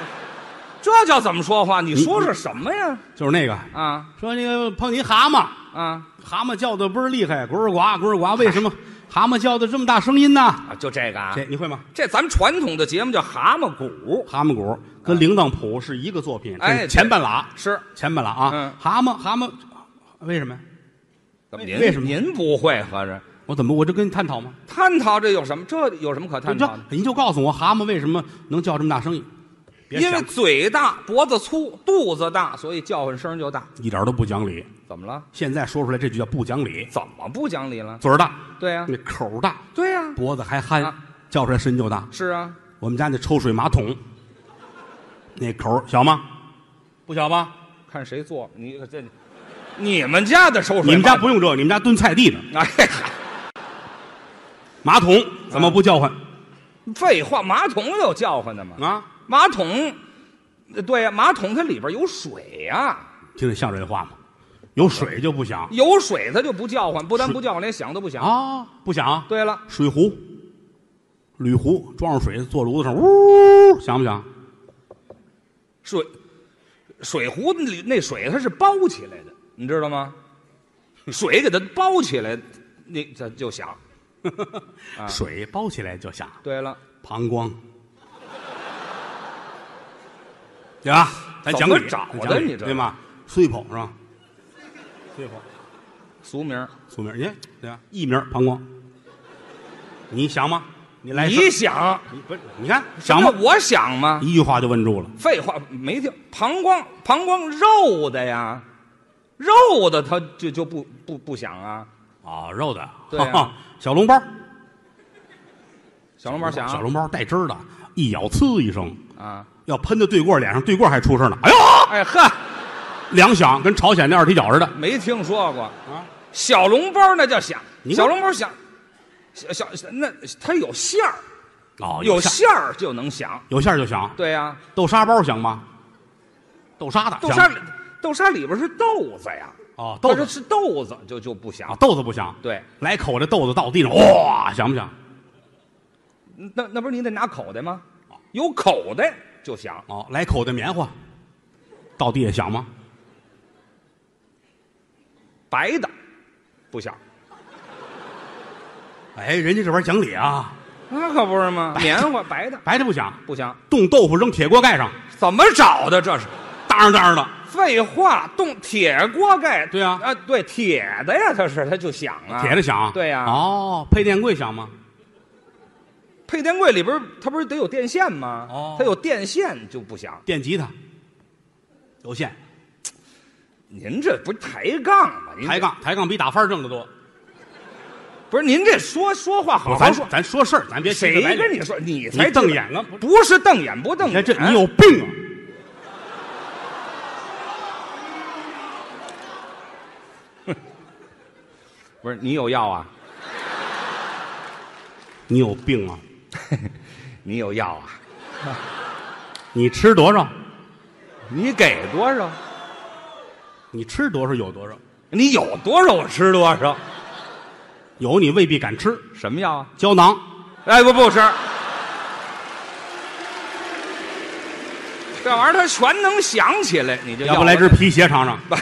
这叫怎么说话？你说是什么呀？
就是那个
啊
说那个碰你蛤蟆，
啊
蛤蟆叫的倍儿厉害，咕儿呱咕儿呱，为什么蛤蟆叫的这么大声音呢？
啊！就这个啊
这，你会吗？
这咱们传统的节目叫蛤蟆鼓，
蛤蟆鼓跟铃铛谱是一个作品，这
嗯哎
是前半拉，
是
前半拉啊
嗯。
蛤蟆蛤蟆，为什么呀？
怎么
为
您
为什么
您不会？合着
我怎么我这跟你探讨吗？
探讨这有什么？这有什么可探
就
讨的？
您就告诉我蛤蟆为什么能叫这么大声音？别
因为
想
嘴大、脖子粗、肚子大，所以叫唤声就大。
一点都不讲理。
怎么了？
现在说出来这就叫不讲理，
怎么不讲理了？
嘴儿大，
对呀、
那口儿大，
对呀、
脖子还憨
啊，
叫出来声音就大。
是啊，
我们家那抽水马桶，那口儿小吗？不小吧？
看谁做你这，你们家的收水，
你们家不用这，你们家蹲菜地呢。
哎嗨，
马桶怎么不叫唤
废话，马桶有叫唤的吗？
啊？
马桶，呃对呀、马桶它里边有水呀、
听着像人话吗？有水就不响
有水它就不叫唤，不但不叫唤，连响都不响。
啊，不响。
对了，
水壶、铝壶装上水，坐炉子上，呜，响不 响？
水水壶里那水它是包起来的，你知道吗？水给它包起来，那它就响。啊
水包起来就响，
对了，
膀胱。对吧？咱讲
怎
理，
么找的
咱讲理
你这
对吗？碎泡是吧？碎泡，
俗名儿
俗名，你看对吧？艺名膀胱，你想吗？你来一
你想
你不是你看
什
哎想
么
吗？？
我想吗？
一句话就问住了。
废话没听，膀胱膀胱肉的呀，肉的他就就不不不想啊。
啊，肉的，
对啊
小笼包，
小笼包啊想
小笼包带汁儿的，一咬呲一声，
啊，
要喷到对过脸上，对过还出声呢。哎呦，
哎呵，
两响，跟朝鲜那二踢脚似的。
没听说过
啊。
小笼包那叫响，
你看
小笼包响，小小小那它有馅儿，
哦，
有
馅
馅儿就能响。
有馅儿就响。
对呀、
豆沙包响吗？豆沙的
豆
响
沙里豆沙里边是豆子呀，
哦，
豆
豆
子
子
是豆子就就不响
啊，。豆子不响。
对，
来口这豆子到地上，哇，响不响？
那那不是你得拿口袋吗？有口袋就响，
哦，来口的棉花，到地下响吗？
白的不响，
哎，人家这玩意儿讲理啊，
那可不是吗？棉花白的
白的不响，
不响，
冻豆腐扔铁锅盖上，
怎么找的这是？
当然当然的。
废话，动铁锅盖，
对啊
啊对铁的呀，它是它就响啊，
铁的响，
对呀
哦，配电柜响吗？
配电柜里边儿它不是得有电线吗？
哦
它有电线就不响。
电吉他，有线，
您这不是抬杠吗？您这
抬杠，抬杠比打翻儿挣得多。
不是您这说说话好好
咱
说，
咱说事儿，咱别
谁跟
你？
你说？你才
你瞪
知道，
眼了，不是
不是瞪眼不瞪
你看
眼，
这你有病啊！
不是你有药啊？
你有病啊！
你有药啊？
你吃多少？
你给多少？
你吃多少有多少？
你有多少我吃多少？
有你未必敢吃
什么药啊？
胶囊，
哎，不不吃。这玩意儿它全能想起来，你就
要不来只
我
皮鞋尝尝，
吧，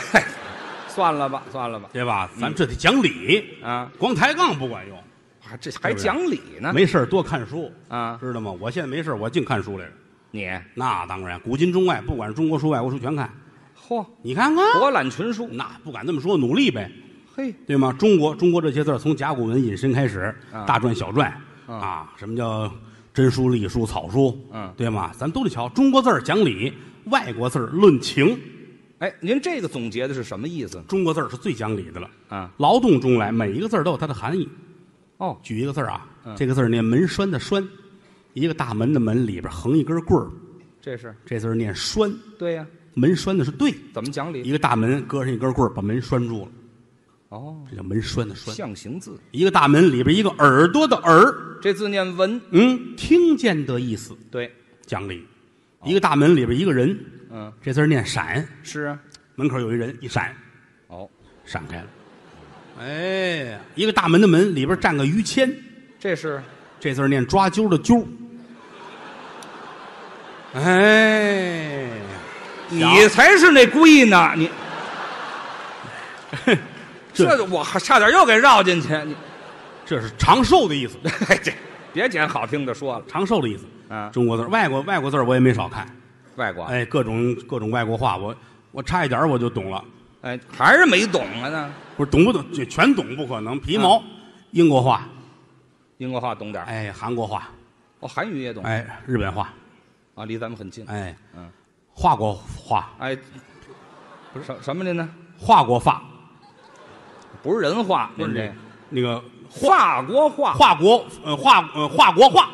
算了吧，算了吧，
对吧？嗯咱这得讲理，
啊，
光抬杠不管用。
哇这还讲理呢？
没事儿多看书
啊
知道吗？我现在没事儿我净看书来着。
你，
那当然，古今中外，不管中国书、外国书全看。
嚯，
你看看，
博览群书，
那不敢这么说，努力呗，
嘿，
对吗？中国，中国这些字儿从甲骨文引申开始，
啊
大篆、小篆
啊
啊，什么叫真书、隶书、草书，
嗯
对吗？咱都得瞧，中国字儿讲理，外国字儿论情。
哎，您这个总结的是什么意思呢？
中国字儿是最讲理的了
啊！
劳动中来，每一个字儿都有它的含义。
哦，
举一个字儿啊，这个字儿念门栓的栓，一个大门的门里边横一根棍儿，
这是
这字儿念栓，
对呀、
门栓的是对，
怎么讲理
一？个大门搁上一根棍儿把门拴住了，
哦，
这叫门栓的栓。
象形字，
一个大门里边一个耳朵的耳，
这字念文，
嗯，听见的意思，
对，
讲理。一个大门里边一个人，
嗯，
这字儿念闪，
是啊，
门口有一人一闪，
哦，
闪开了。哎，一个大门的门里边站个于谦，
这是
这字儿念抓阄的阄。哎，
你才是那龟呢， 你。
这
这我还差点又给绕进去，你
这是长寿的意思，
哎这 别捡好听的说了
长寿的意思。
啊！
中国字儿，外国外国字儿我也没少看，
外国
哎，各种各种外国话，我我差一点儿我就懂了，
哎还是没懂啊呢，
不是懂不懂，这全懂不可能。皮毛，英国话，
英国话懂点儿，
哎，韩国话，
哦韩语也懂
哎，日本话，
啊，离咱们很近。
哎，
嗯，
华国话，
哎，不是什什么您呢？
华国话，
不是人话，
不
您
是
这
那个
法国话
华国，呃，华呃华国话，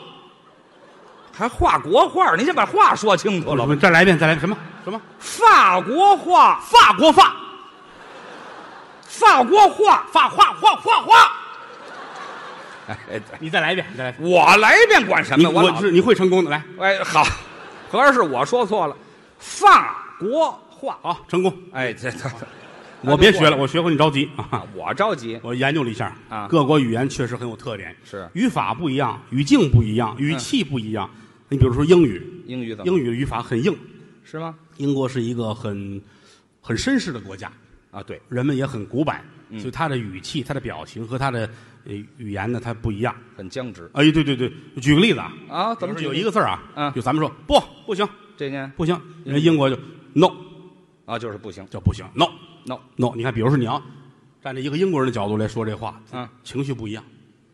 还法国话，您先把话说清楚了
我。们再来一遍，再来一遍什么哦什么
法国话，
法国话。
法国话，
画画画画画，
哎，哎
你再来一遍，你再来一遍。
我来一遍管什
你
么？
我
老
是你会成功的，来，
哎好，合着是我说错了，法国话。
好，成功。
哎，这这，
我别学了，我学会你着急啊！
我着急。
我研究了一下
啊
各国语言确实很有特点，
是
语法不一样，语境不一样，语气不一样。你比如说英语，
英语怎么
英语的语法很硬，
是吗？
英国是一个很很绅士的国家，
啊，对，
人们也很古板，
嗯
所以他的语气、他的表情和他的呃语言呢，它不一样。
很僵直
哎，对对对，举个例子啊，
啊。怎么
比如说有
举
一
例
个字儿啊，
嗯
就咱们说不不行
这件
不行，人家英国就 no
啊，就是不行。
就不行 no。
no，
no，你看，比如说你要站在一个英国人的角度来说这话，
嗯，
情绪不一样，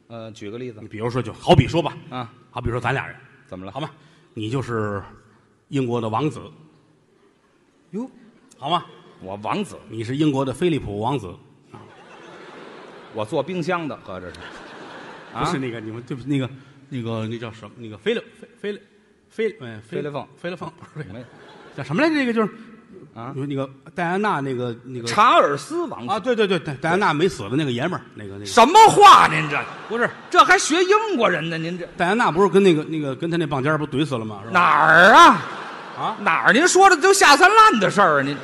呃，举个例子
你比如说就，好比说吧，
啊，
好比说咱俩人，
怎么了？
好吗？你就是英国的王子，
哟，
好吗？
我王子，
你是英国的菲利普王子，
我做冰箱的，合着是。啊
不是那个你们对不起那个那个那叫什么？那个菲利菲菲菲嗯
菲利凤
菲利凤不是这个
没
叫什么来着？这个就是
啊，
有那个戴安娜那个那个
查尔斯王子，
啊，对对对对，戴安娜没死的那个爷们儿，那个那个
什么话？啊您这
不是
这还学英国人呢？您这
戴安娜不是跟那个那个跟他那棒尖儿不怼死了吗？是吧？
哪儿啊？
啊，
哪儿？您说的都下三滥的事儿啊！您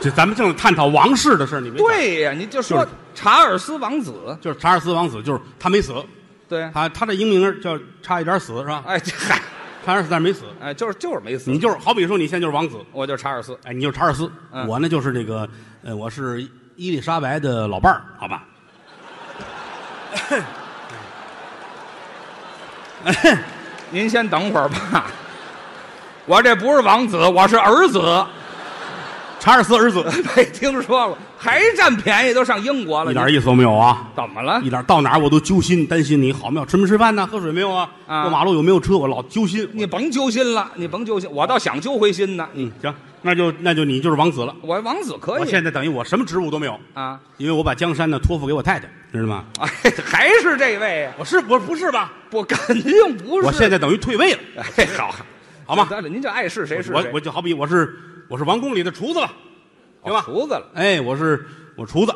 这咱们正探讨王室的事儿，你没讲，
对呀、您就说
就是
查尔斯王子，
就是查尔斯王子，就是他没死，
对，啊
他他这英名儿叫差一点死是吧？
哎， 这嗨，
查尔斯但是没死，
哎，就是就是没死
你，就是好比说你现在就是王子，
我就查尔斯，
哎，你就是查尔斯，
嗯
我呢就是那个呃，我是伊丽莎白的老伴儿，好吧？
您先等会儿吧，我这不是王子，我是儿子，
查尔斯儿子，
没听说过，还占便宜都上英国了，
一点意思都没有啊！
您怎么了
一？点到哪儿我都揪心，担心你好没有，吃没吃饭呢？喝水没有啊？
啊
过马路有没有车？我老揪心。
你甭揪心了，你甭揪心，我倒想揪回心呢。
嗯，行，那就那就你就是王子了。
我王子可
我
以
现在等于我什么职务都没有，
啊，
因为我把江山呢托付给我太太，知道吗？
哎，还是这位啊，
我是我不是吧？
不，肯定不是。
我现在等于退位了，
哎，好，
好吗？
得了，您就爱是谁是谁。
我我就好比我是我是王宫里的厨子了，行吧？
哦厨子了，
哎，我是我厨子，